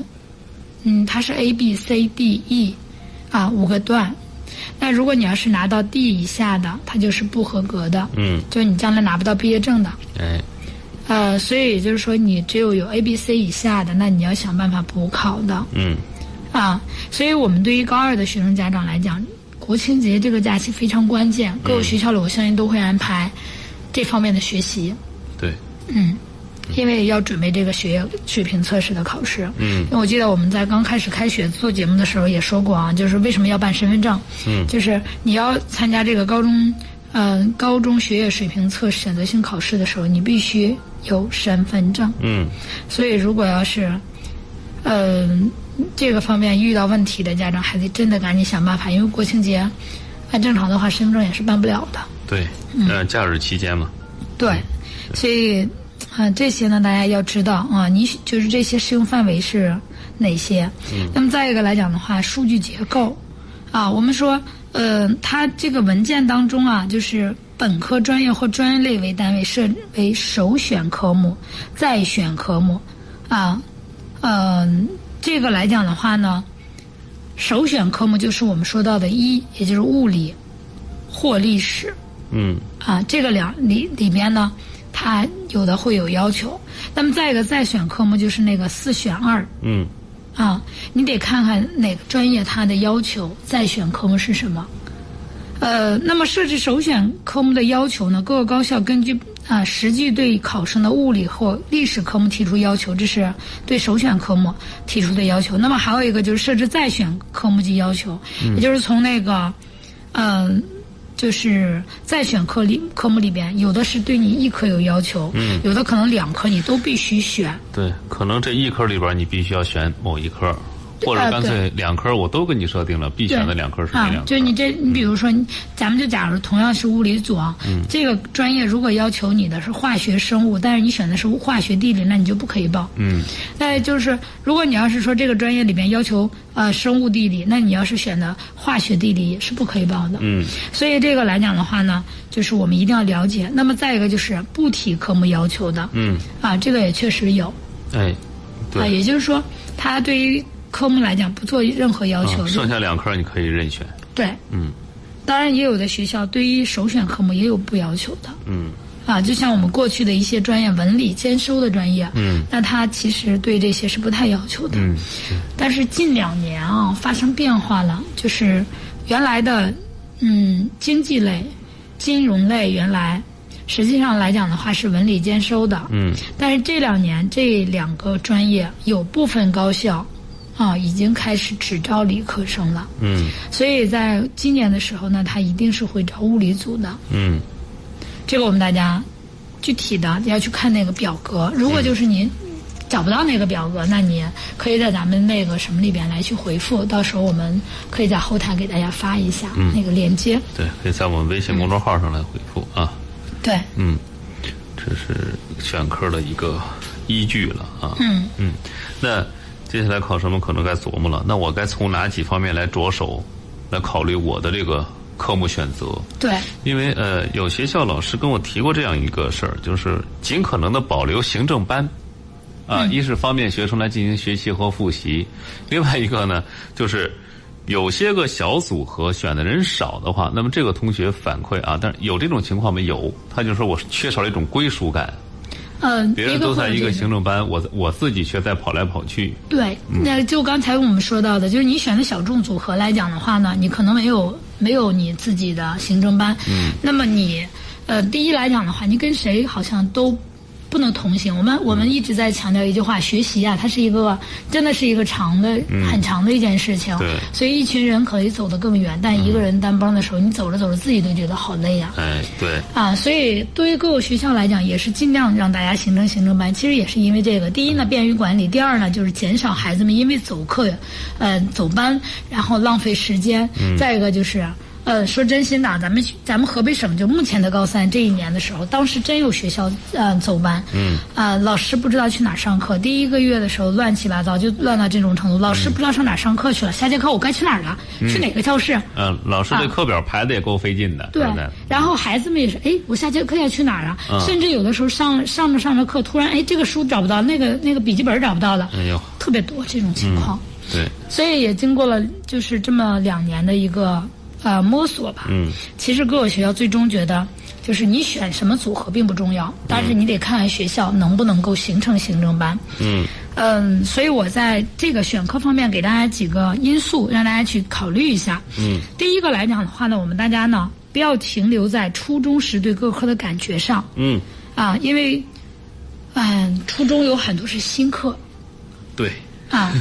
Speaker 2: 嗯，它是 A B C D E 啊五个段，那如果你要是拿到 D 以下的，它就是不合格的，
Speaker 1: 嗯，
Speaker 2: 就是你将来拿不到毕业证的。
Speaker 1: 哎，
Speaker 2: 呃，所以也就是说，你只有有 A、B、C 以下的，那你要想办法补考的
Speaker 1: 嗯，
Speaker 2: 啊。所以我们对于高二的学生家长来讲，国庆节这个假期非常关键，各个学校的我相信都会安排这方面的学习，嗯
Speaker 1: 对，
Speaker 2: 因为要准备这个学业水平测试的考试。
Speaker 1: 嗯，
Speaker 2: 我记得我们在刚开始开学做节目的时候也说过啊，就是为什么要办身份证？嗯，就是你要参加这个高中，嗯、高中学业水平测选择性考试的时候，你必须有身份证。
Speaker 1: 嗯，
Speaker 2: 所以，如果要是，嗯、这个方面遇到问题的家长，还得真的赶紧想办法，因为国庆节，按正常的话，身份证也是办不了的。
Speaker 1: 对，
Speaker 2: 嗯
Speaker 1: 呃，假日期间嘛，
Speaker 2: 对，所以，啊、这些呢，大家要知道啊、你就是这些适用范围是哪些？那么再一个来讲的话，数据结构，啊，我们说，呃，它这个文件当中啊，就是本科专业或专业类为单位设为首选科目、再选科目，啊，嗯、这个来讲的话呢，首选科目就是我们说到的一，也就是物理或历史，
Speaker 1: 嗯
Speaker 2: 啊，这个两里里边呢，它有的会有要求。那么再一个再选科目就是那个四选二
Speaker 1: 嗯
Speaker 2: 啊，你得看看哪个专业它的要求再选科目是什么。呃，那么设置首选科目的要求呢，各个高校根据啊、实际对考生的物理或历史科目提出要求，这是对首选科目提出的要求。那么还有一个就是设置再选科目及要求，也就是从那个嗯。就是再选科里科目里边，有的是对你一科有要求，嗯，有的可能两科你都必须选，
Speaker 1: 对，可能这一科里边你必须要选某一科，或者
Speaker 2: 啊
Speaker 1: 干脆两科我都给你设定了，必
Speaker 2: 对
Speaker 1: 选的两科是哪
Speaker 2: 啊
Speaker 1: 两，科？
Speaker 2: 就是你这，你比如说，你咱们就假如同样是物理组啊，
Speaker 1: 嗯
Speaker 2: 这个专业如果要求你的是化学生物，但是你选的是化学地理，那你就不可以报。
Speaker 1: 嗯
Speaker 2: 那就是如果你要是说这个专业里面要求呃生物地理，那你要是选的化学地理也是不可以报的。
Speaker 1: 嗯
Speaker 2: 所以这个来讲的话呢，就是我们一定要了解。那么再一个就是不提科目要求的，
Speaker 1: 嗯，
Speaker 2: 啊，这个也确实有
Speaker 1: 哎，
Speaker 2: 啊，
Speaker 1: 对，
Speaker 2: 也就是说，它对于科目来讲不做任何要求，
Speaker 1: 啊剩下两科你可以任选。
Speaker 2: 对，
Speaker 1: 嗯
Speaker 2: 当然也有的学校对于首选科目也有不要求的
Speaker 1: 嗯
Speaker 2: 啊，就像我们过去的一些专业文理兼收的专业，
Speaker 1: 嗯
Speaker 2: 那它其实对这些是不太要求的，
Speaker 1: 嗯
Speaker 2: 但是近两年啊发生变化了，就是原来的嗯经济类、金融类原来实际上来讲的话是文理兼收的，
Speaker 1: 嗯
Speaker 2: 但是这两年这两个专业有部分高校啊已经开始只招理科生了，
Speaker 1: 嗯
Speaker 2: 所以在今年的时候呢，他一定是会招物理组的。
Speaker 1: 嗯
Speaker 2: 这个我们大家具体的要去看那个表格。如
Speaker 1: 嗯
Speaker 2: 果就是您找不到那个表格，那你可以在咱们那个什么里边来去回复，到时候我们可以在后台给大家发一下
Speaker 1: 嗯
Speaker 2: 那个链接。
Speaker 1: 对，可以在我们微信公众号上来回复啊。
Speaker 2: 对，
Speaker 1: 嗯，这是选科的一个依据了啊。
Speaker 2: 嗯
Speaker 1: 嗯，那接下来考生们可能该琢磨了，那我该从哪几方面来着手来考虑我的这个科目选择？
Speaker 2: 对，
Speaker 1: 因为呃，有学校老师跟我提过这样一个事儿，就是尽可能的保留行政班，啊，一是方便学生来进行学习和复习， *laughs* 另外一个呢，就是有些个小组合选的人少的话，那么这个同学反馈啊，但是有这种情况没有？他就说我缺少了一种归属感，
Speaker 2: 嗯、
Speaker 1: 别
Speaker 2: 一
Speaker 1: 人
Speaker 2: 个
Speaker 1: 都
Speaker 2: 会
Speaker 1: 在
Speaker 2: 有
Speaker 1: 一个
Speaker 2: 这种
Speaker 1: 行政班，我我自己却在跑来跑去，
Speaker 2: 对，那就刚才我们说到的，就是你选的小众组合来讲的话呢，你可能没有没有你自己的行政班，嗯，那么你，呃，第一来讲的话，你跟谁好像都不能同行。我们我们一直在强调一句话，学习啊，它是一个真的是一个长的、很长的一件事情，
Speaker 1: 对
Speaker 2: 所以一群人可以走得更远，但一个人单帮的时候，你走着走着自己都觉得好累呀、啊。
Speaker 1: 哎，对，
Speaker 2: 啊，所以对于各个学校来讲，也是尽量让大家形成行政班。其实也是因为这个，第一呢，便于管理；第二呢，就是减少孩子们因为走课，呃，走班，然后浪费时间。再一个就是。呃，说真心的啊，咱们咱们河北省就目前的高三这一年的时候，当时真有学校呃走班，嗯，呃，老师不知道去哪儿上课，第一个月的时候乱七八糟，就乱到这种程度，老师不知道上哪儿上课去了，下节课我该去哪儿了，去哪个教室，
Speaker 1: 嗯、老师这课表排的也够费劲的，
Speaker 2: 对
Speaker 1: 现在，
Speaker 2: 然后孩子们也是，哎，我下节课要去哪儿啊？
Speaker 1: 嗯
Speaker 2: 甚至有的时候上上着上着课，突然哎，这个书找不到，那个那个笔记本找不到了，
Speaker 1: 哎呦，
Speaker 2: 特别多这种情况。
Speaker 1: 对，
Speaker 2: 所以也经过了就是这么两年的一个呃摸索吧。
Speaker 1: 嗯，
Speaker 2: 其实各个学校最终觉得，就是你选什么组合并不重要，但是你得看看学校能不能够形成行政班。
Speaker 1: 嗯
Speaker 2: 嗯，所以我在这个选科方面给大家几个因素，让大家去考虑一下。
Speaker 1: 嗯，
Speaker 2: 第一个来讲的话呢，我们大家呢不要停留在初中时对各科的感觉上
Speaker 1: 嗯，
Speaker 2: 啊，因为，嗯，初中有很多是新课
Speaker 1: 对，
Speaker 2: 啊，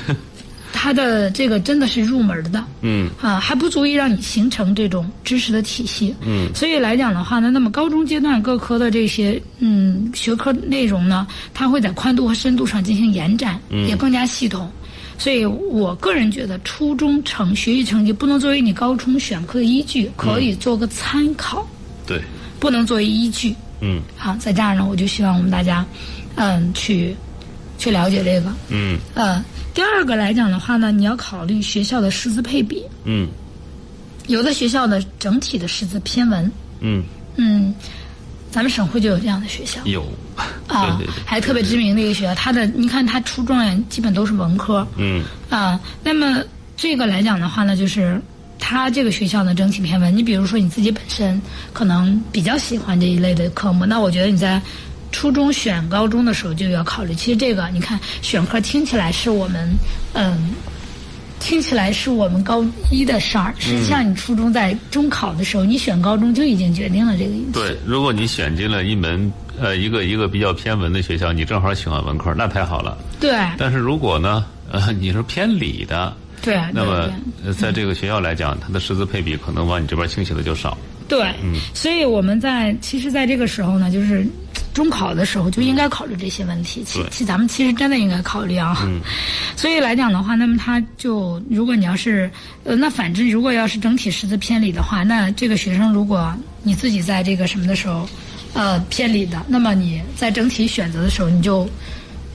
Speaker 2: 它的这个真的是入门的。
Speaker 1: 嗯
Speaker 2: 啊，还不足以让你形成这种知识的体系。
Speaker 1: 嗯，
Speaker 2: 所以来讲的话呢，那么高中阶段各科的这些嗯学科内容呢，它会在宽度和深度上进行延展，
Speaker 1: 嗯
Speaker 2: 也更加系统。所以我个人觉得，初中成学习成绩不能作为你高中选课的依
Speaker 1: 嗯
Speaker 2: 据，可以做个参考，
Speaker 1: 对，
Speaker 2: 不能作为依据。
Speaker 1: 嗯
Speaker 2: 啊，在这儿呢，我就希望我们大家，嗯，去去了解这个。
Speaker 1: 嗯
Speaker 2: 呃，第二个来讲的话呢，你要考虑学校的师资配比。
Speaker 1: 嗯
Speaker 2: 有的学校的整体的师资偏文，
Speaker 1: 嗯
Speaker 2: 嗯，咱们省会就有这样的学校
Speaker 1: 有，
Speaker 2: 啊，
Speaker 1: 对对对，
Speaker 2: 还特别知名的一个学校。它的你看，它出状元基本都是文科
Speaker 1: 嗯
Speaker 2: 啊。那么这个来讲的话呢，就是它这个学校呢整体偏文。你比如说你自己本身可能比较喜欢这一类的科目，那我觉得你在。初中选高中的时候就要考虑，其实这个你看选科听起来是我们，嗯，听起来是我们高一的事儿，实
Speaker 1: 嗯
Speaker 2: 际上你初中在中考的时候，你选高中就已经决定了这个因素。
Speaker 1: 对。如果你选进了一门呃一个一个比较偏文的学校，你正好喜欢文科，那太好了。
Speaker 2: 对
Speaker 1: 但是如果呢，呃，你是偏理的，
Speaker 2: 对，
Speaker 1: 那么
Speaker 2: 啊对对
Speaker 1: 呃在这个学校来讲，它的师资配比可能往你这边倾斜的就少。
Speaker 2: 对，所以我们在其实，在这个时候呢，就是中考的时候就应该考虑这些问题。其
Speaker 1: 对
Speaker 2: 其咱们其实真的应该考虑啊。 *laughs* 所以来讲的话，那么他就如果你要是呃，那反之，如果要是整体识字偏离的话，那这个学生如果你自己在这个什么的时候，呃，偏离的，那么你在整体选择的时候，你就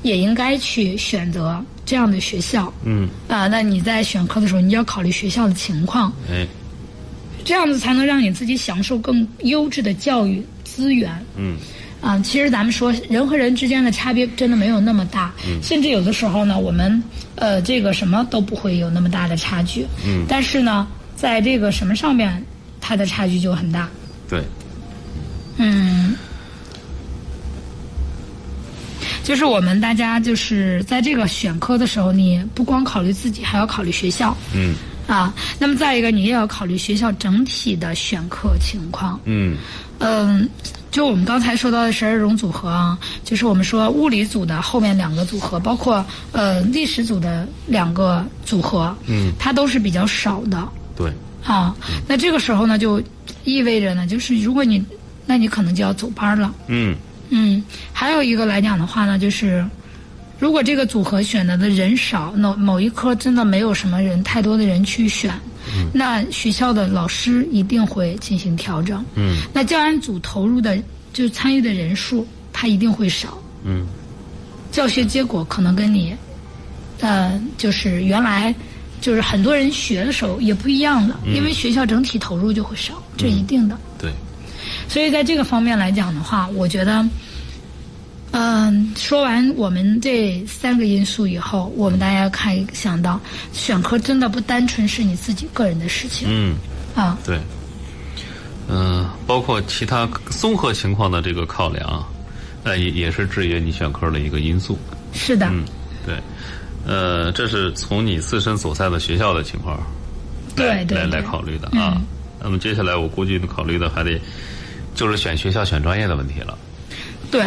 Speaker 2: 也应该去选择这样的学校。
Speaker 1: 嗯，
Speaker 2: 啊、那你在选科的时候，你就要考虑学校的情况。
Speaker 1: 哎，
Speaker 2: 这样子才能让你自己享受更优质的教育资源。
Speaker 1: 嗯
Speaker 2: 啊，其实咱们说人和人之间的差别真的没有那么大，甚至有的时候呢，我们呃这个什么都不会有那么大的差距。嗯，但是呢，在这个什么上面，它的差距就很大。
Speaker 1: 对，
Speaker 2: 嗯，就是我们大家就是在这个选科的时候，你不光考虑自己，还要考虑学校。
Speaker 1: 嗯
Speaker 2: 啊，那么再一个，你也要考虑学校整体的选课情况。
Speaker 1: 嗯
Speaker 2: 嗯，就我们刚才说到的十二种组合啊，就是我们说物理组的后面两个组合，包括呃历史组的两个组合，
Speaker 1: 嗯，
Speaker 2: 它都是比较少的。
Speaker 1: 对，
Speaker 2: 啊，那这个时候呢，就意味着呢，就是如果你，那你可能就要走班了。
Speaker 1: 嗯
Speaker 2: 嗯，还有一个来讲的话呢，就是如果这个组合选择的人少，那某一科真的没有什么人太多的人去选，那学校的老师一定会进行调整。
Speaker 1: 嗯
Speaker 2: 那教研组投入的就参与的人数，它一定会少，
Speaker 1: 嗯
Speaker 2: 教学结果可能跟你，呃，就是原来就是很多人学的时候也不一样的，
Speaker 1: 嗯
Speaker 2: 因为学校整体投入就会少，这一定的。
Speaker 1: 对，
Speaker 2: 所以在这个方面来讲的话，我觉得，嗯、说完我们这三个因素以后，我们大家看一想到，选科真的不单纯是你自己个人的事情
Speaker 1: 嗯
Speaker 2: 啊，
Speaker 1: 对，嗯、包括其他综合情况的这个考量，呃，也也是制约你选科的一个因素。
Speaker 2: 是的，
Speaker 1: 嗯，对，呃，这是从你自身所在的学校的情况来
Speaker 2: 对对嗯
Speaker 1: 来来
Speaker 2: 对
Speaker 1: 考虑的啊。那么接下来我估计考虑的还得就是选学校、选专业的问题了。
Speaker 2: 对，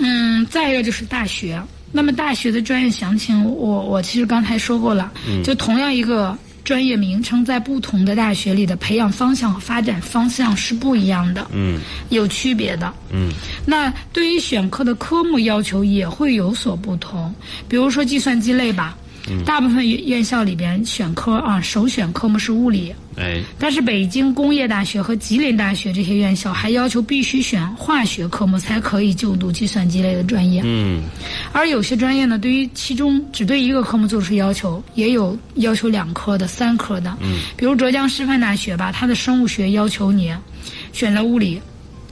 Speaker 2: 嗯再一个就是大学。那么大学的专业详情，我我其实刚才说过了，
Speaker 1: 嗯
Speaker 2: 就同样一个专业名称，在不同的大学里的培养方向和发展方向是不一样的，
Speaker 1: 嗯
Speaker 2: 有区别的。
Speaker 1: 嗯
Speaker 2: 那对于选课的科目要求也会有所不同，比如说计算机类吧，
Speaker 1: 嗯
Speaker 2: 大部分院院校里边选科啊，首选科目是物理，
Speaker 1: 哎，
Speaker 2: 但是北京工业大学和吉林大学这些院校还要求必须选化学科目才可以就读计算机类的专业，
Speaker 1: 嗯
Speaker 2: 而有些专业呢，对于其中只对一个科目做出要求，也有要求两科的、三科的，嗯，比如浙江师范大学吧，它的生物学要求你选择物理，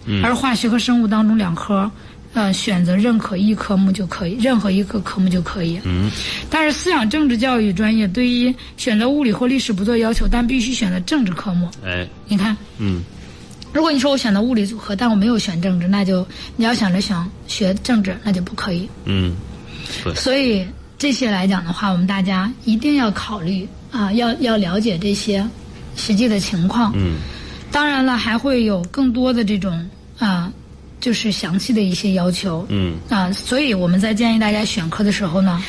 Speaker 1: 嗯
Speaker 2: 而化学和生物当中两科。呃，选择认可一科目就可以，任何一个科目就可以。
Speaker 1: 嗯
Speaker 2: 但是思想政治教育专业对于选择物理或历史不做要求，但必须选择政治科目。
Speaker 1: 哎
Speaker 2: 你看，
Speaker 1: 嗯
Speaker 2: 如果你说我选的物理组合，但我没有选政治，那就你要想着想学政治，那就不可以。
Speaker 1: 嗯，对，
Speaker 2: 所以这些来讲的话，我们大家一定要考虑啊、要要了解这些实际的情况。
Speaker 1: 嗯
Speaker 2: 当然了，还会有更多的这种啊、就是详细的一些要求。
Speaker 1: 嗯
Speaker 2: 啊，所以我们在建议大家选科的时候呢，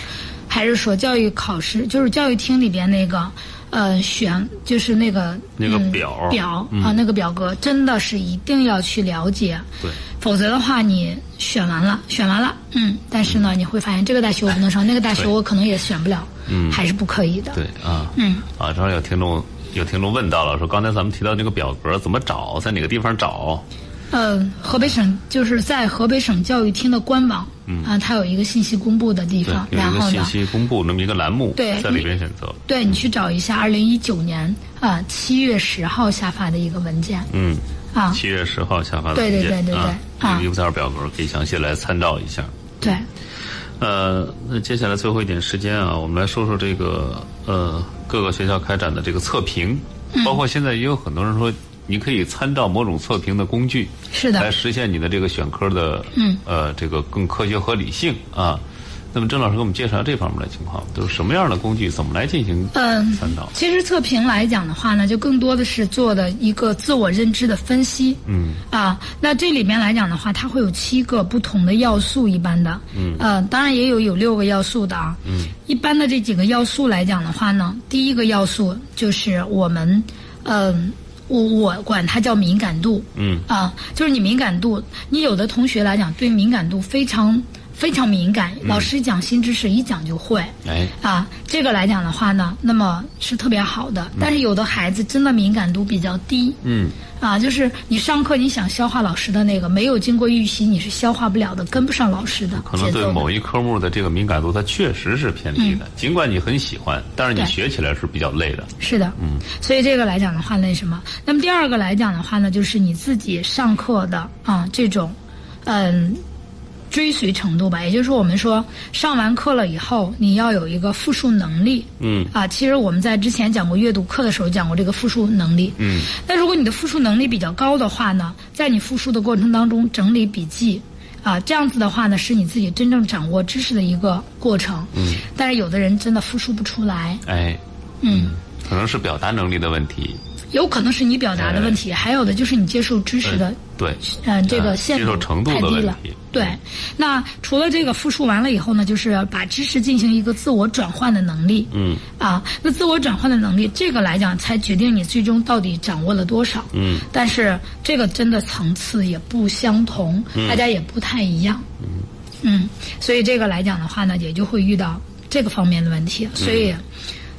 Speaker 2: 还是说教育考试，就是教育厅里边那个，呃，选就是那个
Speaker 1: 那个
Speaker 2: 嗯
Speaker 1: 表
Speaker 2: 表、
Speaker 1: 嗯
Speaker 2: 啊，那个表格真的是一定要去了解，
Speaker 1: 对，
Speaker 2: 否则的话你选完了，选完了，嗯，但是呢，你会发现这个大学我不能上，那个大学
Speaker 1: 对
Speaker 2: 我可能也选不了，
Speaker 1: 嗯
Speaker 2: 还是不可以的，
Speaker 1: 对啊
Speaker 2: 嗯，
Speaker 1: 啊，正好有听众有听众问到了，说刚才咱们提到这个表格怎么找，在哪个地方找？
Speaker 2: 呃，河北省就是在河北省教育厅的官网，嗯啊，它有一个信息公布的地
Speaker 1: 对
Speaker 2: 方，，
Speaker 1: 有
Speaker 2: 然
Speaker 1: 一
Speaker 2: 后
Speaker 1: 个信，
Speaker 2: 呢
Speaker 1: 息公布那么一个栏目，
Speaker 2: 对
Speaker 1: 在里边选择。
Speaker 2: 对你去找一下二零一九年啊七、7月十号下发的一个文件
Speaker 1: 嗯
Speaker 2: 啊、啊，
Speaker 1: 七月十号下发的
Speaker 2: 对对
Speaker 1: 文件
Speaker 2: 对对对
Speaker 1: 啊，
Speaker 2: 啊
Speaker 1: 这个 Excel 表格可以详细来参照一下。
Speaker 2: 对，
Speaker 1: 呃，那接下来最后一点时间啊，我们来说说这个呃各个学校开展的这个测评，
Speaker 2: 嗯
Speaker 1: 包括现在也有很多人说，你可以参照某种测评的工具，
Speaker 2: 是的
Speaker 1: 来实现你的这个选科的
Speaker 2: 嗯
Speaker 1: 呃这个更科学合理性啊。那么郑老师给我们介绍这方面的情况，都是什么样的工具，怎么来进行
Speaker 2: 嗯
Speaker 1: 参照？
Speaker 2: 其实测评来讲的话呢，就更多的是做的一个自我认知的分析。嗯啊，那这里面来讲的话，它会有七个不同的要素，一般的。嗯呃，当然也有有六个要素的啊。嗯，一般的这几个要素来讲的话呢，第一个要素就是我们，嗯、我我管它叫敏感度。
Speaker 1: 嗯
Speaker 2: 啊，就是你敏感度，你有的同学来讲对敏感度非常非常敏感，老师讲新知识一讲就会。
Speaker 1: 哎，
Speaker 2: 啊，这个来讲的话呢，那么是特别好的。但是有的孩子真的敏感度比较低，
Speaker 1: 嗯，
Speaker 2: 啊，就是你上课你想消化老师的那个，没有经过预习你是消化不了的，跟不上老师的
Speaker 1: 可能
Speaker 2: 节
Speaker 1: 对
Speaker 2: 奏
Speaker 1: 某
Speaker 2: 的。
Speaker 1: 一科目的这个敏感度，它确实是偏低的。尽管你很喜欢，但是你
Speaker 2: 对
Speaker 1: 学起来是比较累的。
Speaker 2: 是的，嗯，所以这个来讲的话，那什么？那么第二个来讲的话呢，就是你自己上课的啊这种，嗯。追随程度吧，也就是我们说上完课了以后，你要有一个复述能力。
Speaker 1: 嗯
Speaker 2: 啊，其实我们在之前讲过阅读课的时候讲过这个复述能力。
Speaker 1: 嗯，
Speaker 2: 那如果你的复述能力比较高的话呢，在你复述的过程当中整理笔记，啊，这样子的话呢，是你自己真正掌握知识的一个过程。嗯，但是有的人真的复述不出来，
Speaker 1: 哎，
Speaker 2: 嗯，
Speaker 1: 可能是表达能力的问题，
Speaker 2: 有可能是你表
Speaker 1: 哎
Speaker 2: 达的问题，还有的就是你接受知识的
Speaker 1: 对，
Speaker 2: 嗯，这个
Speaker 1: 嗯
Speaker 2: 限
Speaker 1: 哎接
Speaker 2: 度
Speaker 1: 受程度
Speaker 2: 太
Speaker 1: 的
Speaker 2: 低
Speaker 1: 问
Speaker 2: 了
Speaker 1: 题。
Speaker 2: 对，那除了这个复述完了以后呢，就是把知识进行一个自我转换的能力。
Speaker 1: 嗯
Speaker 2: 啊，那自我转换的能力，这个来讲才决定你最终到底掌握了多少。
Speaker 1: 嗯，
Speaker 2: 但是这个真的层次也不相同，
Speaker 1: 嗯
Speaker 2: 大家也不太一样。嗯所以这个来讲的话呢，也就会遇到这个方面的问题。所以，
Speaker 1: 嗯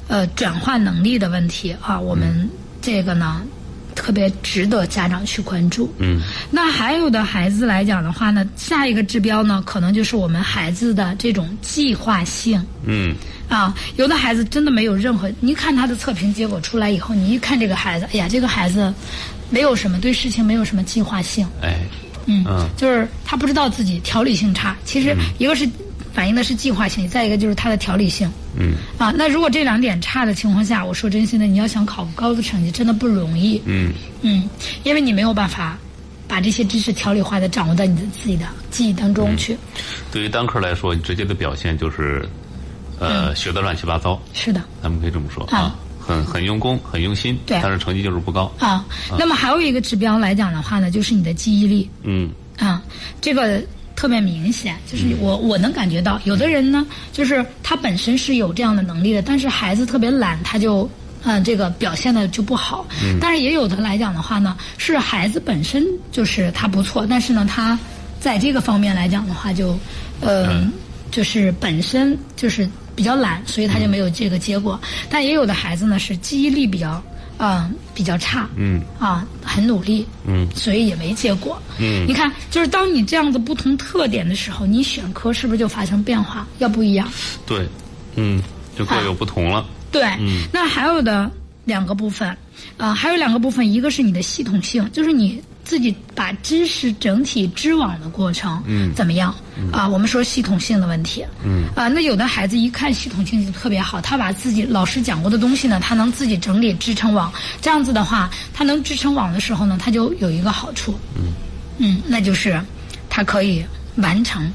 Speaker 2: 呃，转换能力的问题啊，我
Speaker 1: 嗯
Speaker 2: 们这个呢，特别值得家长去关注。
Speaker 1: 嗯
Speaker 2: 那还有的孩子来讲的话呢，下一个指标呢，可能就是我们孩子的这种计划性。
Speaker 1: 嗯，
Speaker 2: 啊，有的孩子真的没有任何，你一看他的测评结果出来以后，你一看这个孩子，哎呀，这个孩子没有什么对事情没有什么计划性，
Speaker 1: 哎，
Speaker 2: 嗯，
Speaker 1: 嗯
Speaker 2: 就是他不知道自己条理性差。其实一个是反映的是计划性，再一个就是他的条理性。
Speaker 1: 嗯
Speaker 2: 啊，那如果这两点差的情况下，我说真心的，你要想考高的成绩真的不容易，
Speaker 1: 嗯
Speaker 2: 嗯，因为你没有办法把这些知识条理化的掌握到你的自己的记忆当中去。
Speaker 1: 对于单科来说，你直接的表现就是，
Speaker 2: 嗯
Speaker 1: 呃，学的乱七八糟，
Speaker 2: 是的。
Speaker 1: 咱们可以这么说
Speaker 2: 啊
Speaker 1: 啊，很很用功，很用心，
Speaker 2: 对
Speaker 1: 但是成绩就是不高。
Speaker 2: 啊，那么还有一个指标来讲的话呢，就是你的记忆力。
Speaker 1: 嗯
Speaker 2: 啊，这个特别明显，就是我我能感觉到，有的人呢，就是他本身是有这样的能力的，但是孩子特别懒，他就。嗯，这个表现的就不好，但是也有的来讲的话呢，是孩子本身就是他不错，但是呢，他在这个方面来讲的话就，嗯，就是本身就是比较懒，所以他就没有这个结果。但也有的孩子呢是记忆力比较，嗯，比较差，
Speaker 1: 嗯
Speaker 2: 啊，很努力，
Speaker 1: 嗯
Speaker 2: 所以也没结果。嗯，你看，就是当你这样子不同特点的时候，你选科是不是就发生变化，要不一样？
Speaker 1: 对，嗯，就各
Speaker 2: 啊
Speaker 1: 有不同了。
Speaker 2: 对，那还有的两个部分，呃，还有两个部分，一个是你的系统性，就是你自己把知识整体织网的过程，嗯，怎么样？啊、我们说系统性的问题，嗯，啊、那有的孩子一看系统性就特别好，他把自己老师讲过的东西呢，他能自己整理织成网，这样子的话，他能织成网的时候呢，他就有一个好处，嗯，嗯，那就是他可以完成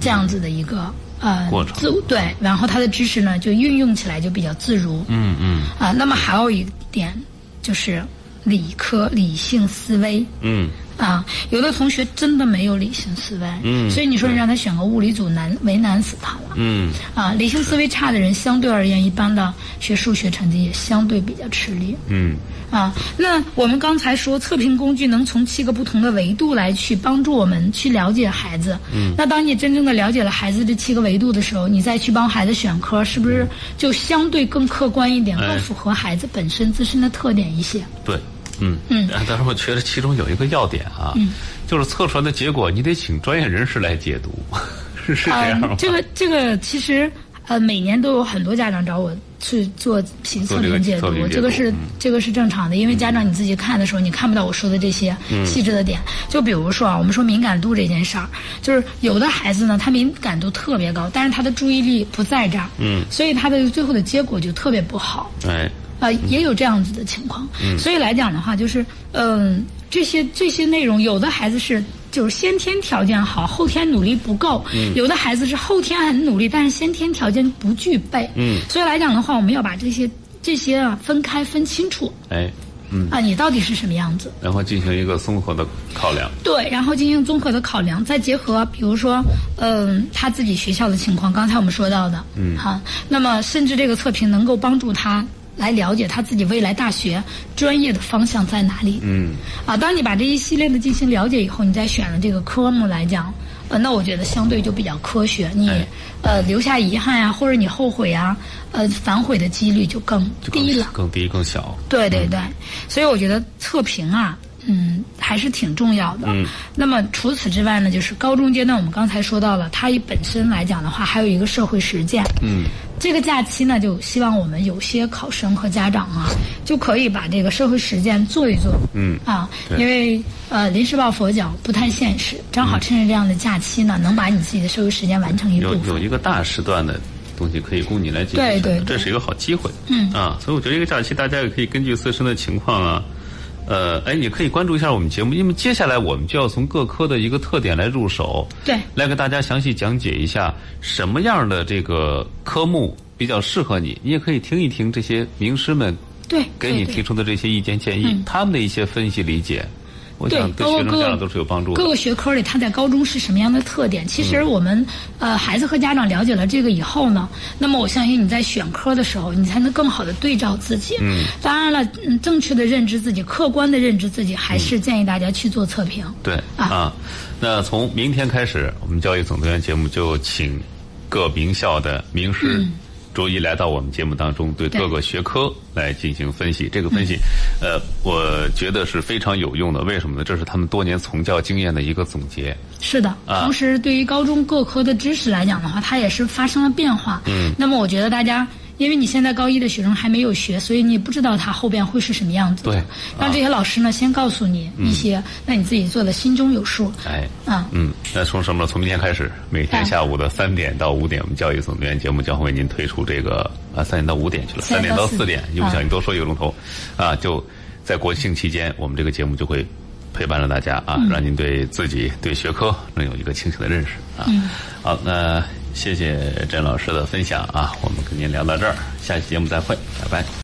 Speaker 2: 这样子的一个。呃，
Speaker 1: 过程
Speaker 2: 自对，然后他的知识呢就运用起来就比较自如。
Speaker 1: 嗯嗯
Speaker 2: 啊，那么还有一点就是理科理性思维
Speaker 1: 嗯，
Speaker 2: 啊，有的同学真的没有理性思维，嗯，所以你说你让他选个物理组难为难死他了。
Speaker 1: 嗯
Speaker 2: 啊，理性思维差的人，相对而言，一般的学数学成绩也相对比较吃力。
Speaker 1: 嗯
Speaker 2: 啊，那我们刚才说测评工具能从七个不同的维度来去帮助我们去了解孩子。嗯，那当你真正的了解了孩子这七个维度的时候，你再去帮孩子选科，是不是就相对更客观一点，
Speaker 1: 哎
Speaker 2: 更符合孩子本身自身的特点一些？
Speaker 1: 对。嗯 *laughs*
Speaker 2: 嗯
Speaker 1: 但是我觉得其中有一个要点啊，就是测出来
Speaker 2: 啊呃
Speaker 1: 的结果，你得请专业人士来解读，是是这样吗？
Speaker 2: 这个这个其实。呃，每年都有很多家长找我去做评
Speaker 1: 做
Speaker 2: 测
Speaker 1: 这个
Speaker 2: 评解
Speaker 1: 测
Speaker 2: 读
Speaker 1: 评，解
Speaker 2: 这个
Speaker 1: 读嗯
Speaker 2: 是这个是正常的，因为家长你自己看的时候，你看不到我说的这些
Speaker 1: 嗯
Speaker 2: 细致的点。就比如说啊，我们说敏感度这件事儿，就是有的孩子呢，他敏感度特别高，但是他的注意力不在这儿，嗯，所以他的最后的结果就特别不好。
Speaker 1: 哎，
Speaker 2: 啊，也有这样子的情况。所以来讲的话，就是嗯、这些这些内容，有的孩子是就是先天条件好，后天努力不够；有的孩子是后天很努力，但是先天条件不具备。
Speaker 1: 嗯，
Speaker 2: 所以来讲的话，我们要把这些这些啊分开分清楚
Speaker 1: 哎，
Speaker 2: 啊，你到底是什么样子。
Speaker 1: 然后进行一个综合的考量。
Speaker 2: 对，然后进行综合的考量，再结合比如说，嗯，他自己学校的情况，刚才我们说到的，嗯，好、那么甚至这个测评能够帮助他来了解他自己未来大学专业的方向在哪里，
Speaker 1: 嗯，
Speaker 2: 啊，当你把这一系列的进行了解以后，你再选了这个科目来讲，呃，那我觉得相对就比较科学，你、
Speaker 1: 哎
Speaker 2: 呃留下遗憾啊，或者你后悔啊，呃反悔的几率就更
Speaker 1: 就更
Speaker 2: 低了。
Speaker 1: 更低更小。
Speaker 2: 对对对，
Speaker 1: 嗯
Speaker 2: 所以我觉得测评啊，嗯，还是挺重要的。嗯，那么除此之外呢，就是高中阶段，我们刚才说到了，它本身来讲的话，还有一个社会实践。
Speaker 1: 嗯，
Speaker 2: 这个假期呢，就希望我们有些考生和家长啊，就可以把这个社会实践做一做。
Speaker 1: 嗯
Speaker 2: 啊，
Speaker 1: 对
Speaker 2: 因为呃，临时抱佛脚不太现实，正好趁着这样的假期呢，能把你自己的社会实践完成一部
Speaker 1: 有
Speaker 2: 分。
Speaker 1: 有一个大时段的东西可以供你来解决，
Speaker 2: 对对对
Speaker 1: 这是一个好机会。嗯啊，所以我觉得这个假期大家也可以根据自身的情况啊，呃，哎，你可以关注一下我们节目，因为接下来我们就要从各科的一个特点来入手，
Speaker 2: 对
Speaker 1: 来给大家详细讲解一下什么样的这个科目比较适合你。你也可以听一听这些名师们
Speaker 2: 对，
Speaker 1: 给你
Speaker 2: 对对嗯
Speaker 1: 提出的这些意见建议，他们的一些分析理解，我
Speaker 2: 对
Speaker 1: 想对
Speaker 2: 包括
Speaker 1: 学生
Speaker 2: 各
Speaker 1: 家长都是有帮助的嗯
Speaker 2: 各。个学科里，它在高中是什么样的特点？其实我们、呃，孩子和家长了解了这个以后呢，那么我相信你在选科的时候，你才能更好的对照自己。嗯，当然了，嗯，正确的认知自己，客观的认知自己，
Speaker 1: 嗯
Speaker 2: 还是建议大家去做测评。
Speaker 1: 对
Speaker 2: 啊
Speaker 1: 啊，那从明天开始，我们教育总动员节目就请各名校的名师逐一来到我们节目当中，对
Speaker 2: 嗯对嗯
Speaker 1: 各个学科来进行分析。这个分析，呃，我觉得是非常有用的。为什么呢？这是他们多年从教经验的一个总结。
Speaker 2: 是的，
Speaker 1: 啊
Speaker 2: 同时对于高中各科的知识来讲的话，它也是发生了变化。嗯，那么我觉得大家。因为你现在高一的学生还没有学，所以你也不知道他后边会是什么样子的。
Speaker 1: 对啊
Speaker 2: 让这些老师呢先告诉你一些，那你自己做的心中有数。
Speaker 1: 哎，
Speaker 2: 啊，
Speaker 1: 嗯，那从什么？从明天开始，每天
Speaker 2: 嗯
Speaker 1: 下午的三点到五点，我们教育总动员节目将会为您推出这个啊，三点到五点去了，
Speaker 2: 3
Speaker 1: 三点到
Speaker 2: 4
Speaker 1: 四点，一不小心多说一个钟头，啊，就在国庆期间，我们这个节目就会陪伴着大家啊，让您对自己、对学科能有一个清醒的认识啊。好，那谢谢郑老师的分享啊，我们跟您聊到这儿，下期节目再会，拜拜。